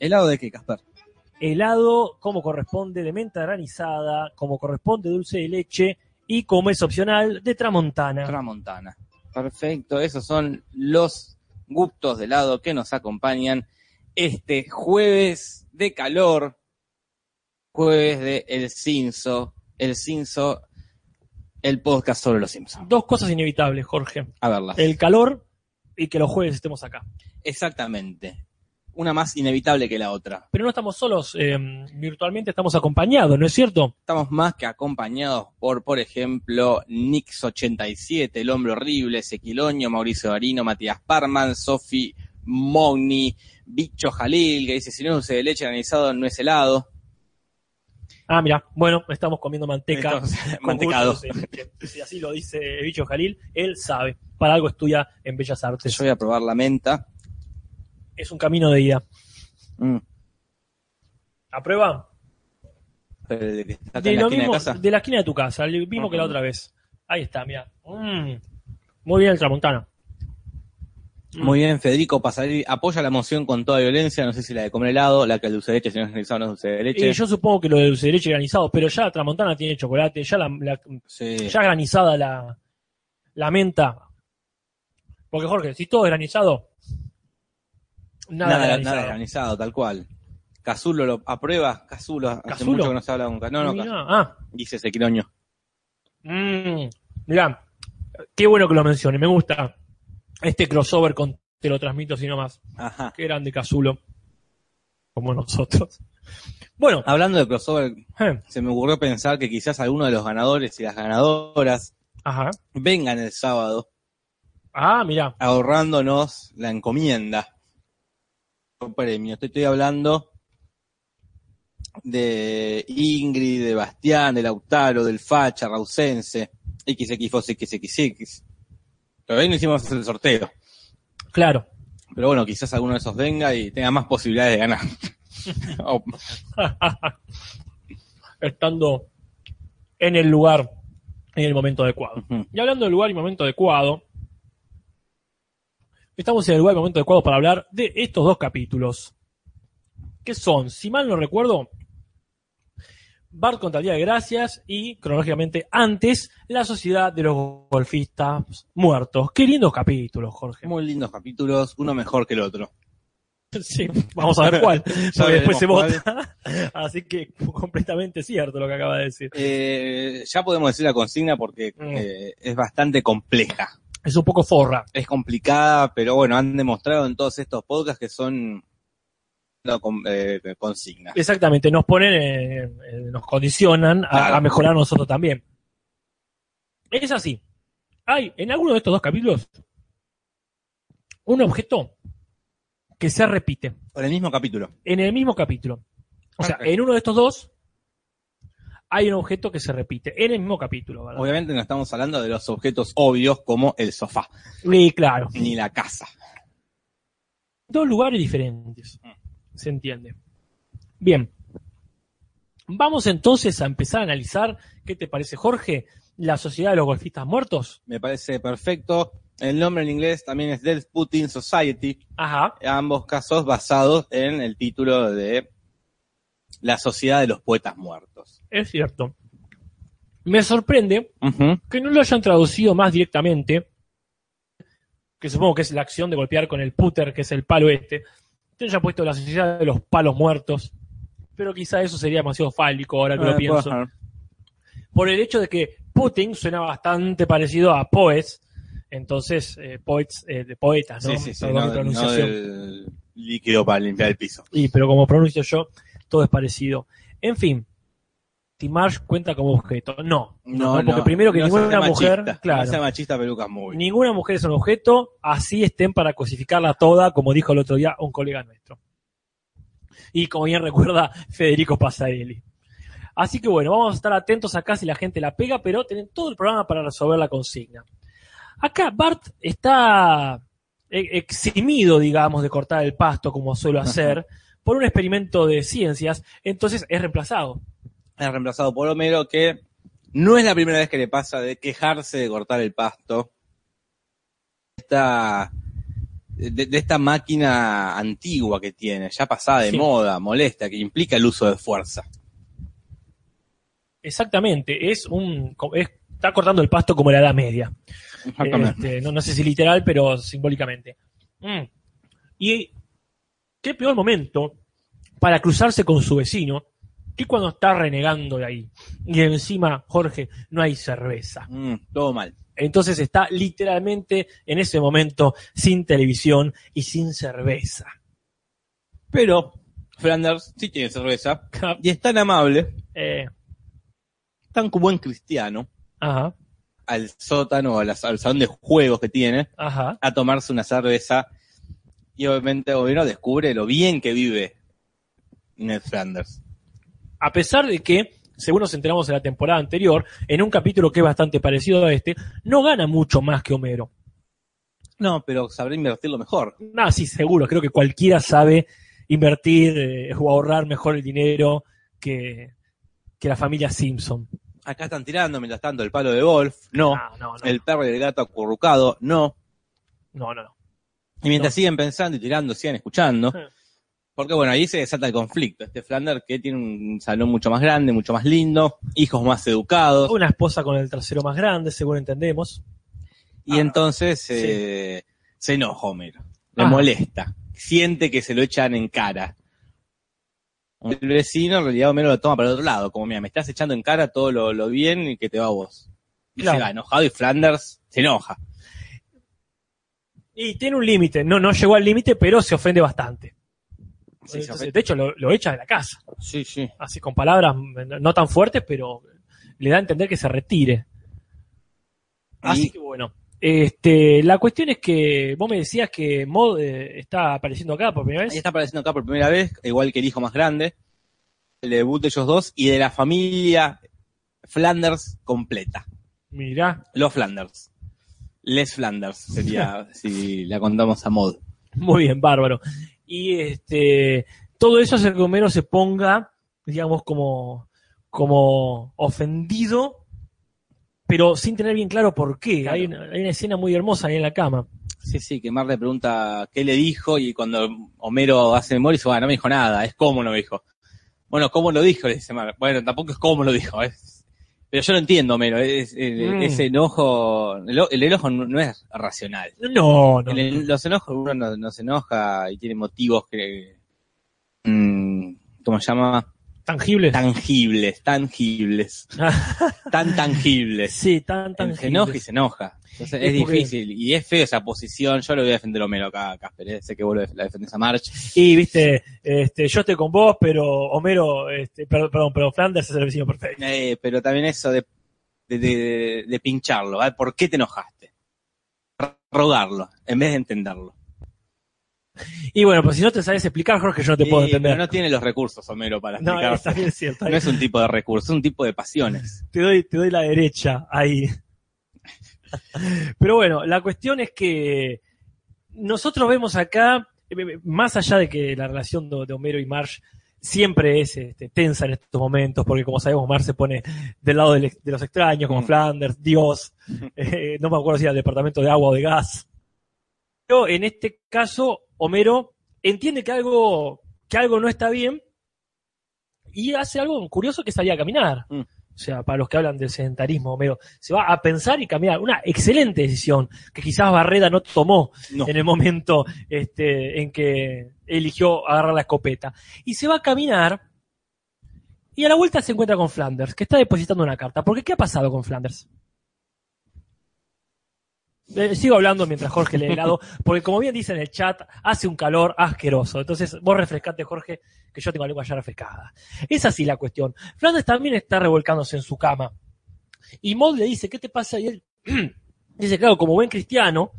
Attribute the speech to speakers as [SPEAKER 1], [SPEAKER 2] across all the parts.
[SPEAKER 1] ¿Helado de qué, Casper?
[SPEAKER 2] helado como corresponde de menta granizada, como corresponde dulce de leche y como es opcional de tramontana.
[SPEAKER 1] Tramontana. Perfecto, esos son los gustos de helado que nos acompañan este jueves de calor, jueves de El Cinzo, El Cinzo, el podcast sobre los Simpsons.
[SPEAKER 2] Dos cosas inevitables, Jorge.
[SPEAKER 1] A verlas.
[SPEAKER 2] El calor y que los jueves estemos acá.
[SPEAKER 1] Exactamente. Una más inevitable que la otra.
[SPEAKER 2] Pero no estamos solos, eh, virtualmente estamos acompañados, ¿no es cierto?
[SPEAKER 1] Estamos más que acompañados por, por ejemplo, Nix87, El Hombre Horrible, Sequiloño, Mauricio Darino, Matías Parman, Sofi Mogni, Bicho Jalil, que dice, si no es dulce de leche granizado, no es helado.
[SPEAKER 2] Ah, mira, bueno, estamos comiendo manteca.
[SPEAKER 1] Entonces,
[SPEAKER 2] con
[SPEAKER 1] mantecado.
[SPEAKER 2] gusto, sí, Si así lo dice Bicho Jalil, él sabe. Para algo estudia en Bellas Artes.
[SPEAKER 1] Yo voy a probar la menta.
[SPEAKER 2] Es un camino de ida.
[SPEAKER 1] Mm.
[SPEAKER 2] ¿Aprueba?
[SPEAKER 1] Pero el que está acá
[SPEAKER 2] De,
[SPEAKER 1] en la
[SPEAKER 2] lo
[SPEAKER 1] esquina eh, de
[SPEAKER 2] mismo,
[SPEAKER 1] casa.
[SPEAKER 2] de la esquina de tu casa, el mismo que la
[SPEAKER 1] Ujú.
[SPEAKER 2] otra vez. Ahí está, mira. Mm. Muy bien el Tramontana. Mm.
[SPEAKER 1] Muy bien, Federico Pasarelli apoya la moción con toda violencia. No sé si la de comer helado, la que el dulce de leche, si no es granizado, no es dulce de leche.
[SPEAKER 2] Y Eh, yo supongo que lo de dulce de leche granizado, pero ya la tramontana tiene chocolate, ya la, la-
[SPEAKER 1] Sí.
[SPEAKER 2] ya granizada la, la menta. Porque Jorge, si todo es granizado, nada,
[SPEAKER 1] nada,
[SPEAKER 2] granizado.
[SPEAKER 1] nada granizado, tal cual. Cazulo lo aprueba, Cazulo, hace
[SPEAKER 2] ¿Cazulo?
[SPEAKER 1] mucho que no se habla nunca. No, no,
[SPEAKER 2] Mirá,
[SPEAKER 1] Cazulo.
[SPEAKER 2] ah,
[SPEAKER 1] dice ese quiroño.
[SPEAKER 2] mm, mirá, qué bueno que lo mencione, me gusta este crossover con Te lo transmito sino más,
[SPEAKER 1] Ajá.
[SPEAKER 2] que eran de Casulo, como nosotros. Bueno,
[SPEAKER 1] Hablando de crossover,
[SPEAKER 2] eh,
[SPEAKER 1] se me ocurrió pensar que quizás alguno de los ganadores y las ganadoras
[SPEAKER 2] ajá.
[SPEAKER 1] vengan el sábado
[SPEAKER 2] Ah, mirá,
[SPEAKER 1] ahorrándonos la encomienda. Por premio. Estoy, estoy hablando de Ingrid, de Bastián, de Lautaro, del Facha, Rausense, XXFOS, XXX. Todavía no hicimos el sorteo.
[SPEAKER 2] claro.
[SPEAKER 1] Pero bueno, quizás alguno de esos venga y tenga más posibilidades de ganar. Oh. O-
[SPEAKER 2] estando en el lugar, en el momento adecuado.
[SPEAKER 1] Ujú.
[SPEAKER 2] Y hablando del lugar y momento adecuado, estamos en el lugar y momento adecuado para hablar de estos dos capítulos. Que son, si mal no recuerdo, Bart contra el Día de Gracias y, cronológicamente, antes, La Sociedad de los Golfistas Muertos. Qué lindos capítulos, Jorge.
[SPEAKER 1] Muy lindos capítulos, uno mejor que el otro.
[SPEAKER 2] Sí, vamos a ver cuál, porque después
[SPEAKER 1] veremos
[SPEAKER 2] se vota. Así que completamente cierto lo que acaba de decir.
[SPEAKER 1] Eh, ya podemos decir la consigna porque
[SPEAKER 2] Mm.
[SPEAKER 1] eh, es bastante compleja.
[SPEAKER 2] Es un poco forra.
[SPEAKER 1] Es complicada, pero bueno, han demostrado en todos estos podcasts que son no, con- eh, consignas.
[SPEAKER 2] Exactamente, nos ponen, eh, eh, nos condicionan a,
[SPEAKER 1] Claro.
[SPEAKER 2] a mejorar nosotros también. Es así. Hay en alguno de estos dos capítulos un objeto que se repite
[SPEAKER 1] Por el mismo capítulo.
[SPEAKER 2] en el mismo capítulo. O sea,
[SPEAKER 1] Perfecto.
[SPEAKER 2] en uno de estos dos hay un objeto que se repite en el mismo capítulo, ¿verdad?
[SPEAKER 1] Obviamente no estamos hablando de los objetos obvios como el sofá,
[SPEAKER 2] Y claro,
[SPEAKER 1] ni la casa.
[SPEAKER 2] dos lugares diferentes. Se entiende. Bien. Vamos entonces a empezar a analizar, ¿qué te parece, Jorge? La sociedad de los golfistas muertos.
[SPEAKER 1] Me parece perfecto. El nombre en inglés también es Dead Putin Society.
[SPEAKER 2] Ajá.
[SPEAKER 1] ambos casos basados en el título de La Sociedad de los Poetas Muertos.
[SPEAKER 2] Es cierto. Me sorprende
[SPEAKER 1] Eh,
[SPEAKER 2] que no lo hayan traducido más directamente, que supongo que es la acción de golpear con el putter, que es el palo este, que haya puesto la sociedad de los palos muertos, pero quizá eso sería demasiado fálico ahora que lo pienso, por el hecho de que Putin suena bastante parecido a Poets, entonces eh, Poets, eh, de poetas, ¿no?
[SPEAKER 1] Sí, sí, sí,
[SPEAKER 2] Perdón mi
[SPEAKER 1] no, no
[SPEAKER 2] pronunciación.
[SPEAKER 1] del líquido para limpiar el piso.
[SPEAKER 2] Y, pero como pronuncio yo, todo es parecido. En fin, Timash cuenta como objeto. No, no, no, porque primero que
[SPEAKER 1] no sea
[SPEAKER 2] ninguna
[SPEAKER 1] machista,
[SPEAKER 2] mujer, claro,
[SPEAKER 1] No sea machista, pelucas muy.
[SPEAKER 2] ninguna mujer es un objeto, así estén para cosificarla toda, como dijo el otro día un colega nuestro. Y como bien recuerda Federico Pasarelli. Así que bueno, vamos a estar atentos acá si la gente la pega, pero tienen todo el programa para resolver la consigna. Acá Bart está e- eximido, digamos, de cortar el pasto como suelo hacer, por un experimento de ciencias, entonces es reemplazado.
[SPEAKER 1] Es reemplazado por Homero que no es la primera vez que le pasa de quejarse de cortar el pasto. Esta de, de esta máquina antigua que tiene, ya pasada de
[SPEAKER 2] Sí.
[SPEAKER 1] moda, molesta, que implica el uso de fuerza.
[SPEAKER 2] Exactamente, es un es- está cortando el pasto como la Edad Media.
[SPEAKER 1] Exactamente.
[SPEAKER 2] Este, no, no sé si literal, pero simbólicamente. Mm. Y qué peor momento para cruzarse con su vecino que cuando está renegando de ahí. Y encima, Jorge, no hay cerveza.
[SPEAKER 1] Mm, todo mal.
[SPEAKER 2] Entonces está literalmente en ese momento sin televisión y sin cerveza.
[SPEAKER 1] Pero Flanders sí tiene cerveza
[SPEAKER 2] Cap-
[SPEAKER 1] y es tan amable,
[SPEAKER 2] eh,
[SPEAKER 1] tan como buen cristiano,
[SPEAKER 2] ajá,
[SPEAKER 1] al sótano, a la- al salón de juegos que tiene,
[SPEAKER 2] ajá.
[SPEAKER 1] a tomarse una cerveza. Y obviamente el gobierno descubre lo bien que vive Ned Flanders.
[SPEAKER 2] A pesar de que, según nos enteramos en la temporada anterior, en un capítulo que es bastante parecido a este, no gana mucho más que Homero.
[SPEAKER 1] No, pero sabrá invertirlo mejor.
[SPEAKER 2] No, sí, seguro. Creo que cualquiera sabe invertir eh, o ahorrar mejor el dinero que, que la familia Simpson.
[SPEAKER 1] Acá están tirando mientras tanto el palo de golf, no.
[SPEAKER 2] Ah, no, no,
[SPEAKER 1] El perro y el gato acurrucado, no.
[SPEAKER 2] no, no, no.
[SPEAKER 1] Y mientras
[SPEAKER 2] No.
[SPEAKER 1] siguen pensando y tirando, siguen escuchando.
[SPEAKER 2] Ah.
[SPEAKER 1] Porque bueno, ahí se desata el conflicto. Este Flander que tiene un salón mucho más grande, mucho más lindo, hijos más educados.
[SPEAKER 2] Una esposa con el trasero más grande, según entendemos.
[SPEAKER 1] y
[SPEAKER 2] ah,
[SPEAKER 1] entonces
[SPEAKER 2] sí.
[SPEAKER 1] eh, se enoja Homero. Le
[SPEAKER 2] Ah.
[SPEAKER 1] molesta. Siente que se lo echan en cara. El vecino en realidad Homero lo toma para el otro lado. Como, mira, me estás echando en cara todo lo, lo bien y que te va a vos. Y
[SPEAKER 2] Claro.
[SPEAKER 1] se va enojado y Flanders se enoja.
[SPEAKER 2] Y tiene un límite. No, no llegó al límite, pero se ofende bastante.
[SPEAKER 1] Sí, se
[SPEAKER 2] Entonces,
[SPEAKER 1] ofende.
[SPEAKER 2] de hecho, lo, lo echa de la casa.
[SPEAKER 1] sí, sí.
[SPEAKER 2] Así con palabras mm, no tan fuertes, pero le da a entender que se retire. Así
[SPEAKER 1] Y-
[SPEAKER 2] que bueno. Este, la cuestión es que vos me decías que Mod eh, está apareciendo acá por primera vez.
[SPEAKER 1] Ahí está apareciendo acá por primera vez, igual que el hijo más grande. El debut de ellos dos y de la familia Flanders completa.
[SPEAKER 2] Mirá,
[SPEAKER 1] Los Flanders. Les Flanders sería si la contamos a mod.
[SPEAKER 2] muy bien, bárbaro. Y este, todo eso hace que Homero se ponga, digamos, como, como ofendido, pero sin tener bien claro por qué.
[SPEAKER 1] Claro.
[SPEAKER 2] Hay, una, hay una escena muy hermosa ahí en la cama.
[SPEAKER 1] Sí, sí, que Mar le pregunta qué le dijo y cuando Homero hace memoria dice, bueno, no me dijo nada, es cómo lo dijo. Bueno, ¿cómo lo dijo? Le dice Mar. Bueno, tampoco es cómo lo dijo. Es... Pero yo lo entiendo, Homero. Es, es-
[SPEAKER 2] Mm.
[SPEAKER 1] Ese enojo, el, el enojo no- no es racional.
[SPEAKER 2] No, no.
[SPEAKER 1] El- el- los enojos, uno no, no se enoja y tiene motivos que. mm, ¿Cómo se llama?
[SPEAKER 2] Tangibles.
[SPEAKER 1] Tangibles, tangibles. tan tangibles.
[SPEAKER 2] sí, tan, tan.
[SPEAKER 1] Tan se enoja y se enoja. Entonces es,
[SPEAKER 2] Es porque-
[SPEAKER 1] difícil. Y es feo esa posición. Yo lo voy a defender a Homero acá, Casper. eh. Sé que vos lo def- la defendés a March.
[SPEAKER 2] Y viste, este, yo estoy con vos, pero Homero, este, perdón, perdón, pero Flanders es el vecino perfecto.
[SPEAKER 1] Eh, pero también eso de, de, de- de pincharlo. ¿vale? ¿Por qué te enojaste? Rogarlo, en vez de entenderlo.
[SPEAKER 2] Y bueno, pues si no te sabes explicar, Jorge, yo no te puedo
[SPEAKER 1] Eh, pero
[SPEAKER 2] entender.
[SPEAKER 1] no tiene los recursos, Homero, para
[SPEAKER 2] No,
[SPEAKER 1] explicar.
[SPEAKER 2] está bien, es cierto.
[SPEAKER 1] no es un tipo de recurso, es un tipo de pasiones.
[SPEAKER 2] te doy, te doy la derecha ahí. Pero bueno, la cuestión es que nosotros vemos acá, eh, más allá de que la relación de, de Homero y Marsh siempre es este, tensa en estos momentos, porque como sabemos, Marsh se pone del lado del ex- de los extraños, como
[SPEAKER 1] Mm.
[SPEAKER 2] Flanders, Dios, eh, no me acuerdo si era el departamento de agua o de gas. Pero en este caso, Homero entiende que algo, que algo no está bien y hace algo curioso que salía a caminar.
[SPEAKER 1] Mm.
[SPEAKER 2] O sea, para los que hablan del sedentarismo, Homero, se va a pensar y caminar. Una excelente decisión que quizás Barreda no tomó
[SPEAKER 1] No.
[SPEAKER 2] en el momento este, en que eligió agarrar la escopeta. Y se va a caminar y a la vuelta se encuentra con Flanders, que está depositando una carta. Porque ¿qué ha pasado con Flanders? Eh, sigo hablando mientras Jorge le helado, porque como bien dice en el chat, hace un calor asqueroso. Entonces, vos refrescate, Jorge, que yo tengo la lengua ya refrescada. Es así la cuestión. Flanders también está revolcándose en su cama. Y Maud le dice, ¿qué te pasa? Y él dice, claro, como buen cristiano,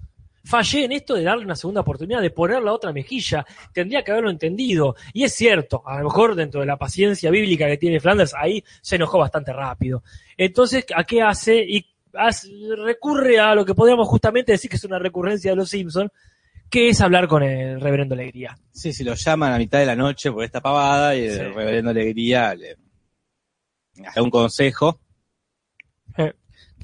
[SPEAKER 2] fallé en esto de darle una segunda oportunidad, de poner la otra mejilla. Tendría que haberlo entendido. Y es cierto, a lo mejor dentro de la paciencia bíblica que tiene Flanders, ahí se enojó bastante rápido. Entonces, ¿a qué hace? Y hace- recurre a lo que podríamos justamente decir que es una recurrencia de los Simpson, que es hablar con el reverendo Alegría.
[SPEAKER 1] Sí, si lo llaman a mitad de la noche por esta pavada y el
[SPEAKER 2] Sí.
[SPEAKER 1] reverendo Alegría le le da un consejo.
[SPEAKER 2] Eh.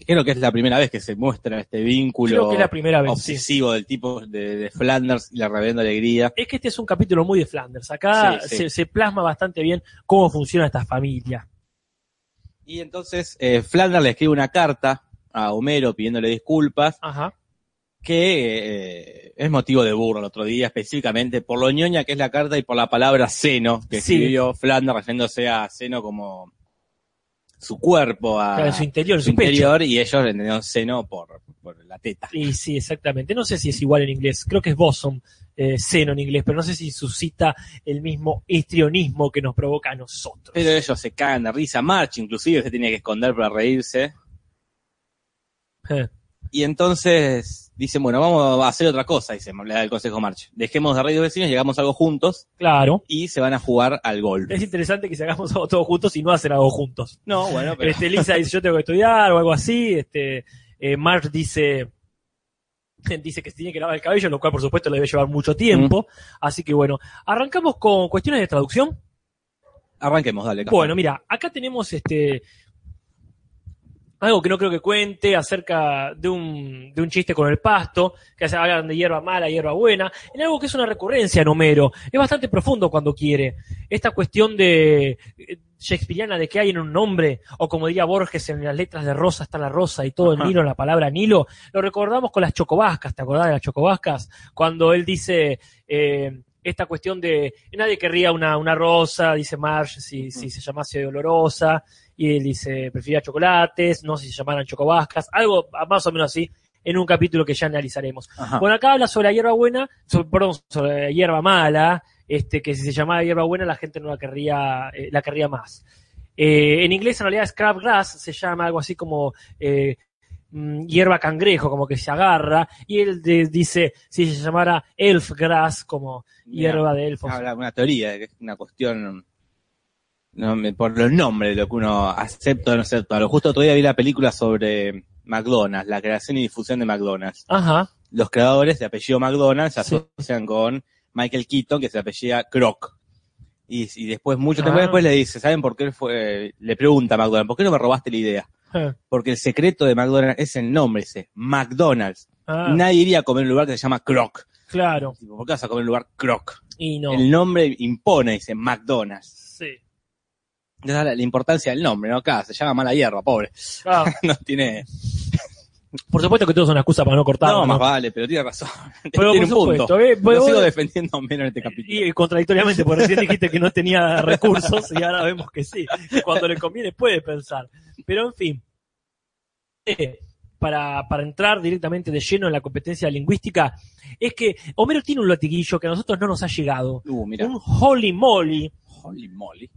[SPEAKER 1] Creo que es la primera vez que se muestra este vínculo
[SPEAKER 2] Creo que es la primera vez. sí.
[SPEAKER 1] obsesivo del tipo de, de Flanders y la rebelde alegría.
[SPEAKER 2] Es que este es un capítulo muy de Flanders. Acá
[SPEAKER 1] Sí, sí.
[SPEAKER 2] Se, se plasma bastante bien cómo funciona esta familia.
[SPEAKER 1] Y entonces eh, Flanders le escribe una carta a Homero pidiéndole disculpas,
[SPEAKER 2] Ajá.
[SPEAKER 1] que eh, es motivo de burro el otro día, específicamente por lo ñoña que es la carta y por la palabra seno, que
[SPEAKER 2] Sí.
[SPEAKER 1] escribió Flanders refiriéndose a seno como su cuerpo, a
[SPEAKER 2] Claro, en su interior, en
[SPEAKER 1] su
[SPEAKER 2] su, pecho.
[SPEAKER 1] interior, y ellos le entendieron seno por, por la teta.
[SPEAKER 2] Y sí, exactamente. No sé si es igual en inglés. Creo que es bosom, eh, seno en inglés, pero no sé si suscita el mismo histrionismo que nos provoca a nosotros.
[SPEAKER 1] Pero ellos se cagan de risa. March, inclusive, se tenía que esconder para reírse.
[SPEAKER 2] Eh.
[SPEAKER 1] Y entonces dicen, bueno, vamos a hacer otra cosa, dice, le da el consejo March. Dejemos de reír de vecinos, llegamos a algo juntos
[SPEAKER 2] Claro.
[SPEAKER 1] y se van a jugar al golf.
[SPEAKER 2] Es interesante que se hagamos algo todos juntos y no hacer algo juntos.
[SPEAKER 1] No, bueno, pero
[SPEAKER 2] Este, Lisa dice, yo tengo que estudiar o algo así. Este, eh, Marge dice, dice que se tiene que lavar el cabello, lo cual por supuesto le debe llevar mucho tiempo. Así que bueno, arrancamos con cuestiones de traducción.
[SPEAKER 1] arranquemos, dale. Café.
[SPEAKER 2] Bueno, mira, acá tenemos este algo que no creo que cuente acerca de un, de un chiste con el pasto, que se hablan de hierba mala, hierba buena, en algo que es una recurrencia en Homero. Es bastante profundo cuando quiere. Esta cuestión de eh, shakespeariana de que hay en un nombre, o como diría Borges, en las letras de rosa está la rosa y todo el
[SPEAKER 1] Ajá.
[SPEAKER 2] Nilo en la palabra Nilo, lo recordamos con las chocobascas, ¿te acordás de las chocobascas? Cuando él dice... eh, esta cuestión de nadie querría una, una rosa, dice Marge, si, si se llamase dolorosa, y él dice, prefería chocolates, no sé si se llamaran chocobascas, algo más o menos así, en un capítulo que ya analizaremos.
[SPEAKER 1] Ajá.
[SPEAKER 2] Bueno, acá habla sobre la hierba buena, sobre, perdón, sobre la hierba mala, este, que si se llamaba hierba buena la gente no la querría, eh, la querría más. Eh, en inglés en realidad scrapgrass se llama algo así como eh, mm, hierba cangrejo, como que se agarra, y él de- dice, si se llamara elfgrass, como
[SPEAKER 1] Mira,
[SPEAKER 2] hierba de elfos.
[SPEAKER 1] habla una teoría, que es una cuestión no, me- por los nombres, lo que uno acepta o no acepta. Lo justo otro día vi la película sobre McDonald's, la creación y difusión de McDonald's.
[SPEAKER 2] Ajá,
[SPEAKER 1] Los creadores de apellido McDonald's se
[SPEAKER 2] Sí.
[SPEAKER 1] asocian con Michael Keaton, que se apellida Croc. Y, y después, mucho
[SPEAKER 2] Ah.
[SPEAKER 1] tiempo después, le dice, ¿saben por qué fue? Le pregunta a McDonald's, ¿por qué no me robaste la idea?
[SPEAKER 2] Eh,
[SPEAKER 1] Porque el secreto de McDonald's es el nombre, dice, McDonald's.
[SPEAKER 2] ah,
[SPEAKER 1] Nadie iría a comer en un lugar que se llama Croc.
[SPEAKER 2] claro,
[SPEAKER 1] Tipo, ¿Por qué vas a comer en un lugar Croc?
[SPEAKER 2] y no.
[SPEAKER 1] El nombre impone, dice McDonald's.
[SPEAKER 2] Sí.
[SPEAKER 1] Ya da La, la importancia del nombre, ¿no? Acá se llama mala hierba, pobre.
[SPEAKER 2] Ah,
[SPEAKER 1] No tiene.
[SPEAKER 2] por supuesto que todo es una excusa para no cortar.
[SPEAKER 1] no,
[SPEAKER 2] ¿no?
[SPEAKER 1] más vale, pero tiene razón.
[SPEAKER 2] Pero
[SPEAKER 1] tiene
[SPEAKER 2] por
[SPEAKER 1] un
[SPEAKER 2] supuesto,
[SPEAKER 1] punto.
[SPEAKER 2] eh,
[SPEAKER 1] Lo
[SPEAKER 2] vos-
[SPEAKER 1] sigo defendiendo menos en este capítulo.
[SPEAKER 2] y contradictoriamente, porque recién dijiste que no tenía recursos y ahora vemos que sí, que cuando le conviene puede pensar. Pero en fin, eh, para, para entrar directamente de lleno en la competencia lingüística, es que Homero tiene un latiguillo que a nosotros no nos ha llegado.
[SPEAKER 1] Uh, mira.
[SPEAKER 2] Un holy moly,
[SPEAKER 1] Holy moly.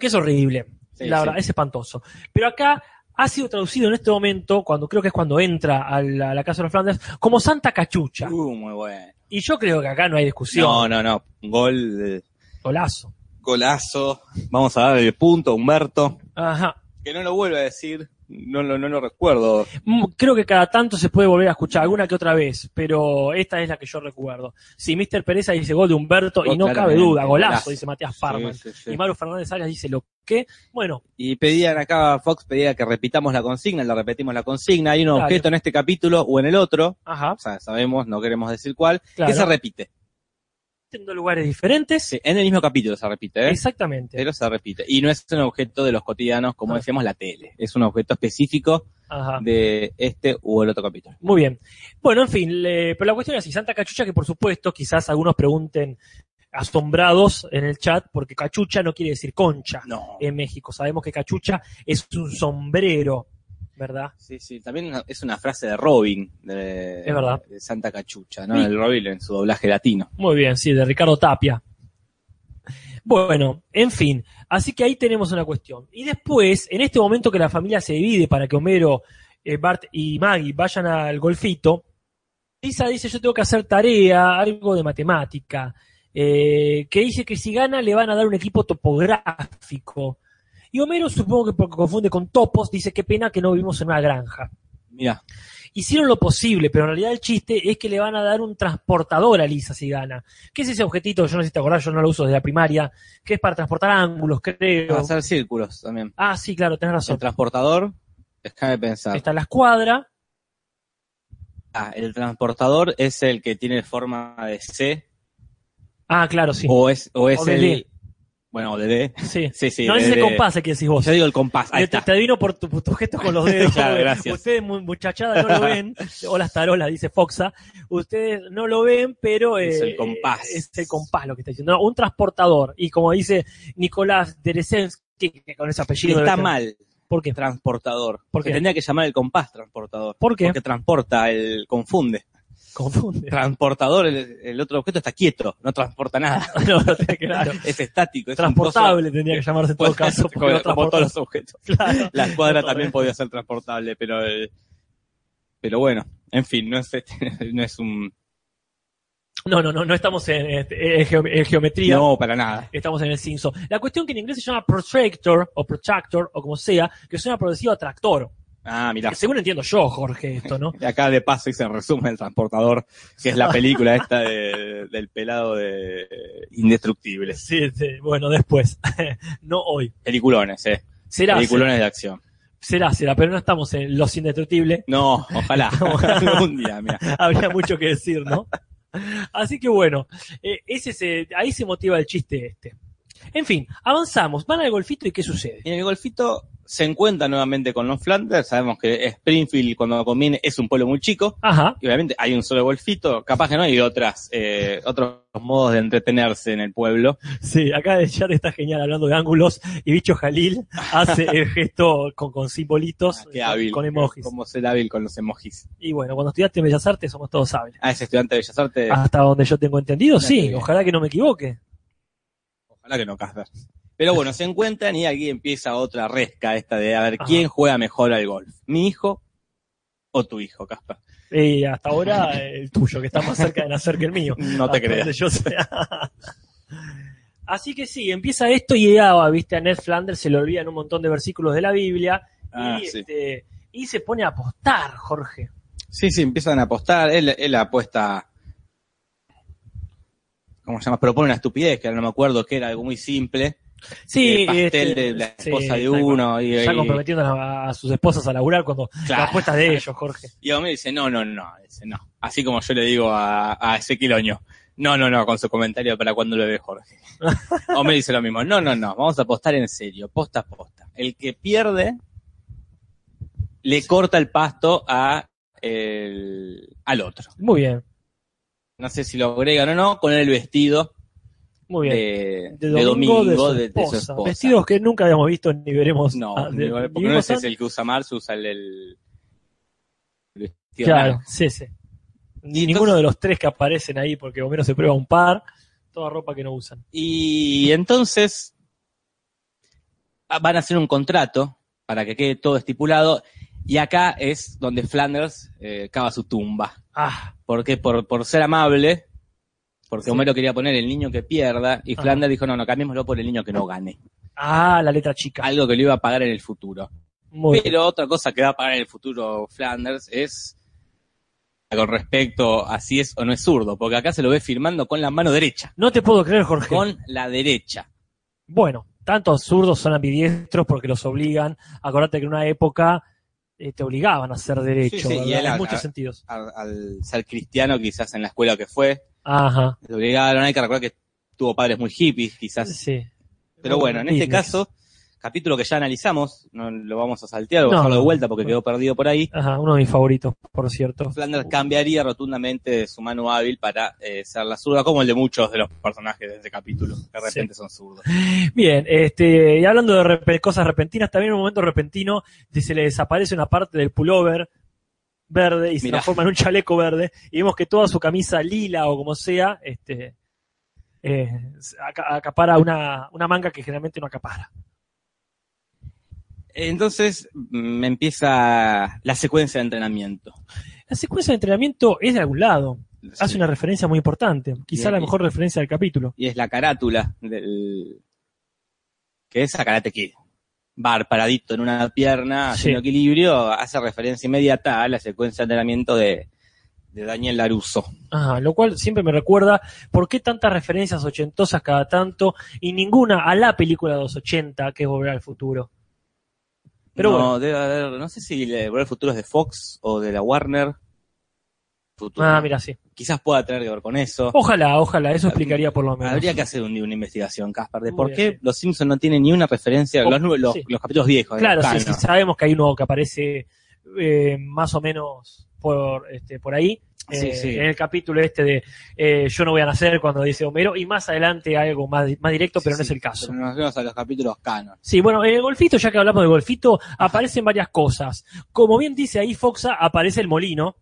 [SPEAKER 2] que es horrible.
[SPEAKER 1] Sí,
[SPEAKER 2] la
[SPEAKER 1] sí.
[SPEAKER 2] verdad, es espantoso. Pero acá ha sido traducido en este momento, cuando creo que es cuando entra a la, a la Casa de los Flanders, como Santa Cachucha.
[SPEAKER 1] Uh, muy bueno.
[SPEAKER 2] Y yo creo que acá no hay discusión.
[SPEAKER 1] No, no, no. Gol, eh,
[SPEAKER 2] Golazo.
[SPEAKER 1] golazo. Vamos a dar el punto a Humberto.
[SPEAKER 2] Ajá.
[SPEAKER 1] Que no lo vuelve a decir. No, lo- no lo recuerdo.
[SPEAKER 2] Mm, Creo que cada tanto se puede volver a escuchar, alguna que otra vez, pero esta es la que yo recuerdo. Sí, Mr. Pereza dice gol de Humberto, y
[SPEAKER 1] Gol,
[SPEAKER 2] no cabe
[SPEAKER 1] Oh, claramente,
[SPEAKER 2] duda, golazo,
[SPEAKER 1] golazo.
[SPEAKER 2] dice Matías Parman.
[SPEAKER 1] Sí, sí, sí.
[SPEAKER 2] Y Maru Fernández Arias dice lo que. Bueno,
[SPEAKER 1] Y pedían acá, Fox pedía que repitamos la consigna, le repetimos la consigna. Hay un
[SPEAKER 2] Claro.
[SPEAKER 1] objeto en este capítulo o en el otro,
[SPEAKER 2] ajá,
[SPEAKER 1] o sea, sabemos, no queremos decir cuál,
[SPEAKER 2] Claro.
[SPEAKER 1] que se repite.
[SPEAKER 2] en dos lugares diferentes.
[SPEAKER 1] Sí, en el mismo capítulo se repite, ¿eh?
[SPEAKER 2] Exactamente.
[SPEAKER 1] Pero se repite. Y no es un objeto de los cotidianos, como
[SPEAKER 2] Ah.
[SPEAKER 1] decíamos, la tele. Es un objeto específico
[SPEAKER 2] Ajá.
[SPEAKER 1] de este u el otro capítulo.
[SPEAKER 2] Muy bien. Bueno, en fin, le- pero la cuestión es así, Santa Cachucha, que por supuesto quizás algunos pregunten asombrados en el chat, porque cachucha no quiere decir concha
[SPEAKER 1] No.
[SPEAKER 2] en México. Sabemos que cachucha es un sombrero, ¿verdad?
[SPEAKER 1] Sí, sí, también es una frase de Robin, de,
[SPEAKER 2] Es verdad.
[SPEAKER 1] de Santa Cachucha, ¿no?
[SPEAKER 2] Sí.
[SPEAKER 1] El Robin en su doblaje latino.
[SPEAKER 2] Muy bien, sí, de Ricardo Tapia. Bueno, en fin, así que ahí tenemos una cuestión. Y después, en este momento que la familia se divide para que Homero, eh, Bart y Maggie vayan al golfito, Lisa dice, yo tengo que hacer tarea, algo de matemática, eh, que dice que si gana le van a dar un equipo topográfico. Y Homero, supongo que porque confunde con topos, dice, qué pena que no vivimos en una granja.
[SPEAKER 1] Mira,
[SPEAKER 2] Hicieron lo posible, pero en realidad el chiste es que le van a dar un transportador a Lisa si gana. ¿Qué es ese objetito? Yo no sé si te acordás, yo no lo uso desde la primaria, que es para transportar ángulos, creo.
[SPEAKER 1] hacer círculos también.
[SPEAKER 2] Ah, sí, claro, tenés
[SPEAKER 1] El
[SPEAKER 2] razón.
[SPEAKER 1] transportador Déjame pensar.
[SPEAKER 2] Está la escuadra,
[SPEAKER 1] Ah, el transportador es el que tiene forma de C
[SPEAKER 2] ah, claro, sí.
[SPEAKER 1] o es, o es
[SPEAKER 2] O de
[SPEAKER 1] el.
[SPEAKER 2] D.
[SPEAKER 1] Bueno, de D.
[SPEAKER 2] sí.
[SPEAKER 1] Sí, sí.
[SPEAKER 2] no
[SPEAKER 1] de
[SPEAKER 2] es ese
[SPEAKER 1] D.
[SPEAKER 2] compás el que decís vos.
[SPEAKER 1] Yo digo el compás. Ahí
[SPEAKER 2] Yo te,
[SPEAKER 1] está.
[SPEAKER 2] te adivino por tu- tus gestos con los dedos.
[SPEAKER 1] Claro,
[SPEAKER 2] joven.
[SPEAKER 1] gracias.
[SPEAKER 2] Ustedes, mu- muchachada, no lo ven. O las tarolas, dice Foxa. Ustedes no lo ven, pero.
[SPEAKER 1] Es
[SPEAKER 2] eh,
[SPEAKER 1] el compás.
[SPEAKER 2] Es el compás lo que está diciendo. No, un transportador. Y como dice Nicolás Derezensky, que con
[SPEAKER 1] Y
[SPEAKER 2] ese apellido.
[SPEAKER 1] Está
[SPEAKER 2] debe-
[SPEAKER 1] mal,
[SPEAKER 2] ¿Por qué?
[SPEAKER 1] transportador.
[SPEAKER 2] ¿Por qué?
[SPEAKER 1] Se tendría que llamar el compás transportador.
[SPEAKER 2] ¿Por qué?
[SPEAKER 1] Porque transporta, el confunde.
[SPEAKER 2] Confunde.
[SPEAKER 1] Transportador, el, el otro objeto está quieto, no transporta nada.
[SPEAKER 2] No, no te- claro.
[SPEAKER 1] Es estático, es un coso-
[SPEAKER 2] Transportable tendría que llamarse en todo
[SPEAKER 1] Puede-
[SPEAKER 2] caso. porque
[SPEAKER 1] como-
[SPEAKER 2] lo
[SPEAKER 1] como todos
[SPEAKER 2] transporta-
[SPEAKER 1] los objetos.
[SPEAKER 2] Claro.
[SPEAKER 1] La escuadra
[SPEAKER 2] No,
[SPEAKER 1] también
[SPEAKER 2] correcto.
[SPEAKER 1] podía ser transportable, pero el- pero bueno, en fin, no es este- no es un
[SPEAKER 2] No, no, no, no estamos en, este, en geo- en geometría.
[SPEAKER 1] no para nada.
[SPEAKER 2] Estamos en el Simpson. La cuestión que en inglés se llama protractor o protractor o como sea, que suena parecido a tractor.
[SPEAKER 1] Ah, mira,
[SPEAKER 2] Que según entiendo yo, Jorge, esto, ¿no?
[SPEAKER 1] acá de paso hice resumen el transportador, que es la película esta de- del pelado de Indestructibles.
[SPEAKER 2] Sí, sí, bueno, después. no hoy.
[SPEAKER 1] Peliculones, eh.
[SPEAKER 2] Será,
[SPEAKER 1] Peliculones de acción.
[SPEAKER 2] será, será, pero no estamos en Los Indestructibles.
[SPEAKER 1] No, ojalá. Algún día, mira.
[SPEAKER 2] Habría mucho que decir, ¿no? Así que bueno, eh, ese se- ahí se motiva el chiste este. En fin, avanzamos. Van al golfito y ¿qué sucede?
[SPEAKER 1] En el golfito se encuentra nuevamente con los Flanders, sabemos que Springfield cuando conviene es un pueblo muy chico,
[SPEAKER 2] Ajá.
[SPEAKER 1] Y obviamente hay un solo golfito, capaz que no hay otras, eh, otros modos de entretenerse en el pueblo.
[SPEAKER 2] Sí, acá el chat está genial hablando de ángulos y bicho Jalil hace el gesto con, con simbolitos,
[SPEAKER 1] Ah, qué hábil.
[SPEAKER 2] con emojis.
[SPEAKER 1] Cómo ser hábil con los emojis.
[SPEAKER 2] Y bueno, cuando estudiaste Bellas Artes somos todos hábiles.
[SPEAKER 1] Ah, es estudiante de Bellas Artes.
[SPEAKER 2] Hasta donde yo tengo entendido,
[SPEAKER 1] Mira qué
[SPEAKER 2] sí.
[SPEAKER 1] bien.
[SPEAKER 2] Ojalá que no me equivoque.
[SPEAKER 1] Ojalá que no, Casper. Pero bueno, se encuentran y aquí empieza otra resca esta de a ver
[SPEAKER 2] Ajá.
[SPEAKER 1] quién juega mejor al golf. ¿Mi hijo o tu hijo, Casper?
[SPEAKER 2] Y Eh, hasta ahora el tuyo, que está más cerca de nacer que el mío.
[SPEAKER 1] No te
[SPEAKER 2] Hasta
[SPEAKER 1] creas.
[SPEAKER 2] donde yo sea. Así que sí, empieza esto y ya, viste, a Ned Flanders se le olvidan un montón de versículos de la Biblia
[SPEAKER 1] Ah,
[SPEAKER 2] y,
[SPEAKER 1] sí.
[SPEAKER 2] este, y se pone a apostar, Jorge.
[SPEAKER 1] Sí, sí, empiezan a apostar. Él, él apuesta. ¿Cómo se llama? Propone una estupidez, que ahora no me acuerdo, que era algo muy simple. el pastel
[SPEAKER 2] este,
[SPEAKER 1] de la
[SPEAKER 2] sí,
[SPEAKER 1] esposa de
[SPEAKER 2] tal cual.
[SPEAKER 1] uno. Y,
[SPEAKER 2] Ya
[SPEAKER 1] y-
[SPEAKER 2] comprometiendo a, a sus esposas a laburar cuando
[SPEAKER 1] Claro.
[SPEAKER 2] las apuestas de ellos, Jorge.
[SPEAKER 1] Y Homero dice, no, no, no, dice, no. Así como yo le digo a, a Ezequiel Oño, no, no, no, con su comentario para cuando lo ve Jorge. Homero dice lo mismo, no, no, no, vamos a apostar en serio, posta a posta. El que pierde le corta el pasto a el- al otro.
[SPEAKER 2] Muy bien,
[SPEAKER 1] No sé si lo agregan o no, con el vestido
[SPEAKER 2] muy bien.
[SPEAKER 1] de,
[SPEAKER 2] De
[SPEAKER 1] de domingo,
[SPEAKER 2] de
[SPEAKER 1] de, de su esposa.
[SPEAKER 2] Vestidos que nunca habíamos visto ni veremos.
[SPEAKER 1] No,
[SPEAKER 2] ah, de-
[SPEAKER 1] ni- porque
[SPEAKER 2] vivimos
[SPEAKER 1] no es
[SPEAKER 2] an-
[SPEAKER 1] ese el que usa Marx, usa el, el vestido
[SPEAKER 2] Claro,
[SPEAKER 1] naranja.
[SPEAKER 2] sí, sí. Ni-
[SPEAKER 1] Y
[SPEAKER 2] Ninguno de los tres que aparecen ahí, porque Homero se prueba un par, toda ropa que no usan.
[SPEAKER 1] Y entonces ah, van a hacer un contrato para que quede todo estipulado. Y acá es donde Flanders eh, cava su tumba.
[SPEAKER 2] Ah,
[SPEAKER 1] Porque por, por ser amable, porque
[SPEAKER 2] Sí.
[SPEAKER 1] Homero quería poner el niño que pierda, y
[SPEAKER 2] Ajá.
[SPEAKER 1] Flanders dijo, no, no, cambiémoslo por el niño que no gane.
[SPEAKER 2] ah, la letra chica.
[SPEAKER 1] Algo que le iba a pagar en el futuro.
[SPEAKER 2] Muy bien.
[SPEAKER 1] Pero otra cosa que va a pagar en el futuro Flanders es con respecto a si es o no es zurdo, porque acá se lo ve firmando con la mano derecha,
[SPEAKER 2] No te puedo creer, Jorge.
[SPEAKER 1] con la derecha.
[SPEAKER 2] Bueno, tantos zurdos son ambidiestros porque los obligan. Acordate que en una época eh, te obligaban a hacer
[SPEAKER 1] Sí,
[SPEAKER 2] derecho,
[SPEAKER 1] sí, y
[SPEAKER 2] ¿verdad?
[SPEAKER 1] él
[SPEAKER 2] en
[SPEAKER 1] habla-
[SPEAKER 2] muchos sentidos.
[SPEAKER 1] al, al ser cristiano, quizás en la escuela que fue,
[SPEAKER 2] Ajá,
[SPEAKER 1] lo obligaron. Hay que recordar que tuvo padres muy hippies, quizás.
[SPEAKER 2] sí.
[SPEAKER 1] Pero bueno, en este
[SPEAKER 2] Business.
[SPEAKER 1] caso, capítulo que ya analizamos, no lo vamos a saltear o
[SPEAKER 2] No.
[SPEAKER 1] bajarlo de vuelta porque quedó perdido por ahí.
[SPEAKER 2] Ajá, uno de mis favoritos, por cierto.
[SPEAKER 1] Flanders cambiaría rotundamente su mano hábil para eh, ser la zurda, como el de muchos de los personajes de este capítulo, que de
[SPEAKER 2] Sí.
[SPEAKER 1] repente son zurdos.
[SPEAKER 2] Bien, este, y hablando de rep- cosas repentinas, también en un momento repentino de- se le desaparece una parte del pullover verde y se
[SPEAKER 1] Mirá.
[SPEAKER 2] transforma en un chaleco verde y vemos que toda su camisa lila o como sea, este, eh, aca- acapara una, una manga que generalmente no acapara.
[SPEAKER 1] Entonces mm, empieza la secuencia de entrenamiento.
[SPEAKER 2] La secuencia de entrenamiento es de algún lado, hace Ah, una referencia muy importante, quizá
[SPEAKER 1] Bien,
[SPEAKER 2] la
[SPEAKER 1] bien.
[SPEAKER 2] mejor referencia del capítulo.
[SPEAKER 1] y es la carátula del que es a Karate Kid. Bar paradito en una pierna,
[SPEAKER 2] Sí.
[SPEAKER 1] haciendo equilibrio, hace referencia inmediata a la secuencia de entrenamiento de, de Daniel Laruso.
[SPEAKER 2] Ajá, lo cual siempre me recuerda por qué tantas referencias ochentosas cada tanto y ninguna a la película de los ochenta que es Volver al Futuro. Pero
[SPEAKER 1] no,
[SPEAKER 2] bueno.
[SPEAKER 1] debe haber, no sé si le- Volver al Futuro es de Fox o de la Warner. Futuro.
[SPEAKER 2] Ah, mira, sí.
[SPEAKER 1] Quizás pueda tener que ver con eso.
[SPEAKER 2] Ojalá, ojalá, eso explicaría por lo menos.
[SPEAKER 1] Habría que hacer un día una investigación, Casper, de
[SPEAKER 2] Muy
[SPEAKER 1] por qué
[SPEAKER 2] bien.
[SPEAKER 1] los Simpsons no tienen ni una referencia a
[SPEAKER 2] Oh,
[SPEAKER 1] los, nue- los,
[SPEAKER 2] sí.
[SPEAKER 1] los capítulos viejos. de
[SPEAKER 2] Claro,
[SPEAKER 1] los
[SPEAKER 2] sí, sí,
[SPEAKER 1] canon.
[SPEAKER 2] sabemos que hay uno que aparece eh, más o menos por, este, por ahí.
[SPEAKER 1] Sí,
[SPEAKER 2] eh,
[SPEAKER 1] sí.
[SPEAKER 2] En el capítulo este de eh, Yo no voy a nacer cuando dice Homero, y más adelante algo más, más directo, pero
[SPEAKER 1] Sí,
[SPEAKER 2] no es
[SPEAKER 1] sí,
[SPEAKER 2] el caso.
[SPEAKER 1] pero nos vemos a los capítulos canon.
[SPEAKER 2] Sí, bueno, en el golfito, ya que hablamos de golfito, aparecen varias cosas. Como bien dice ahí Foxa, aparece el molino,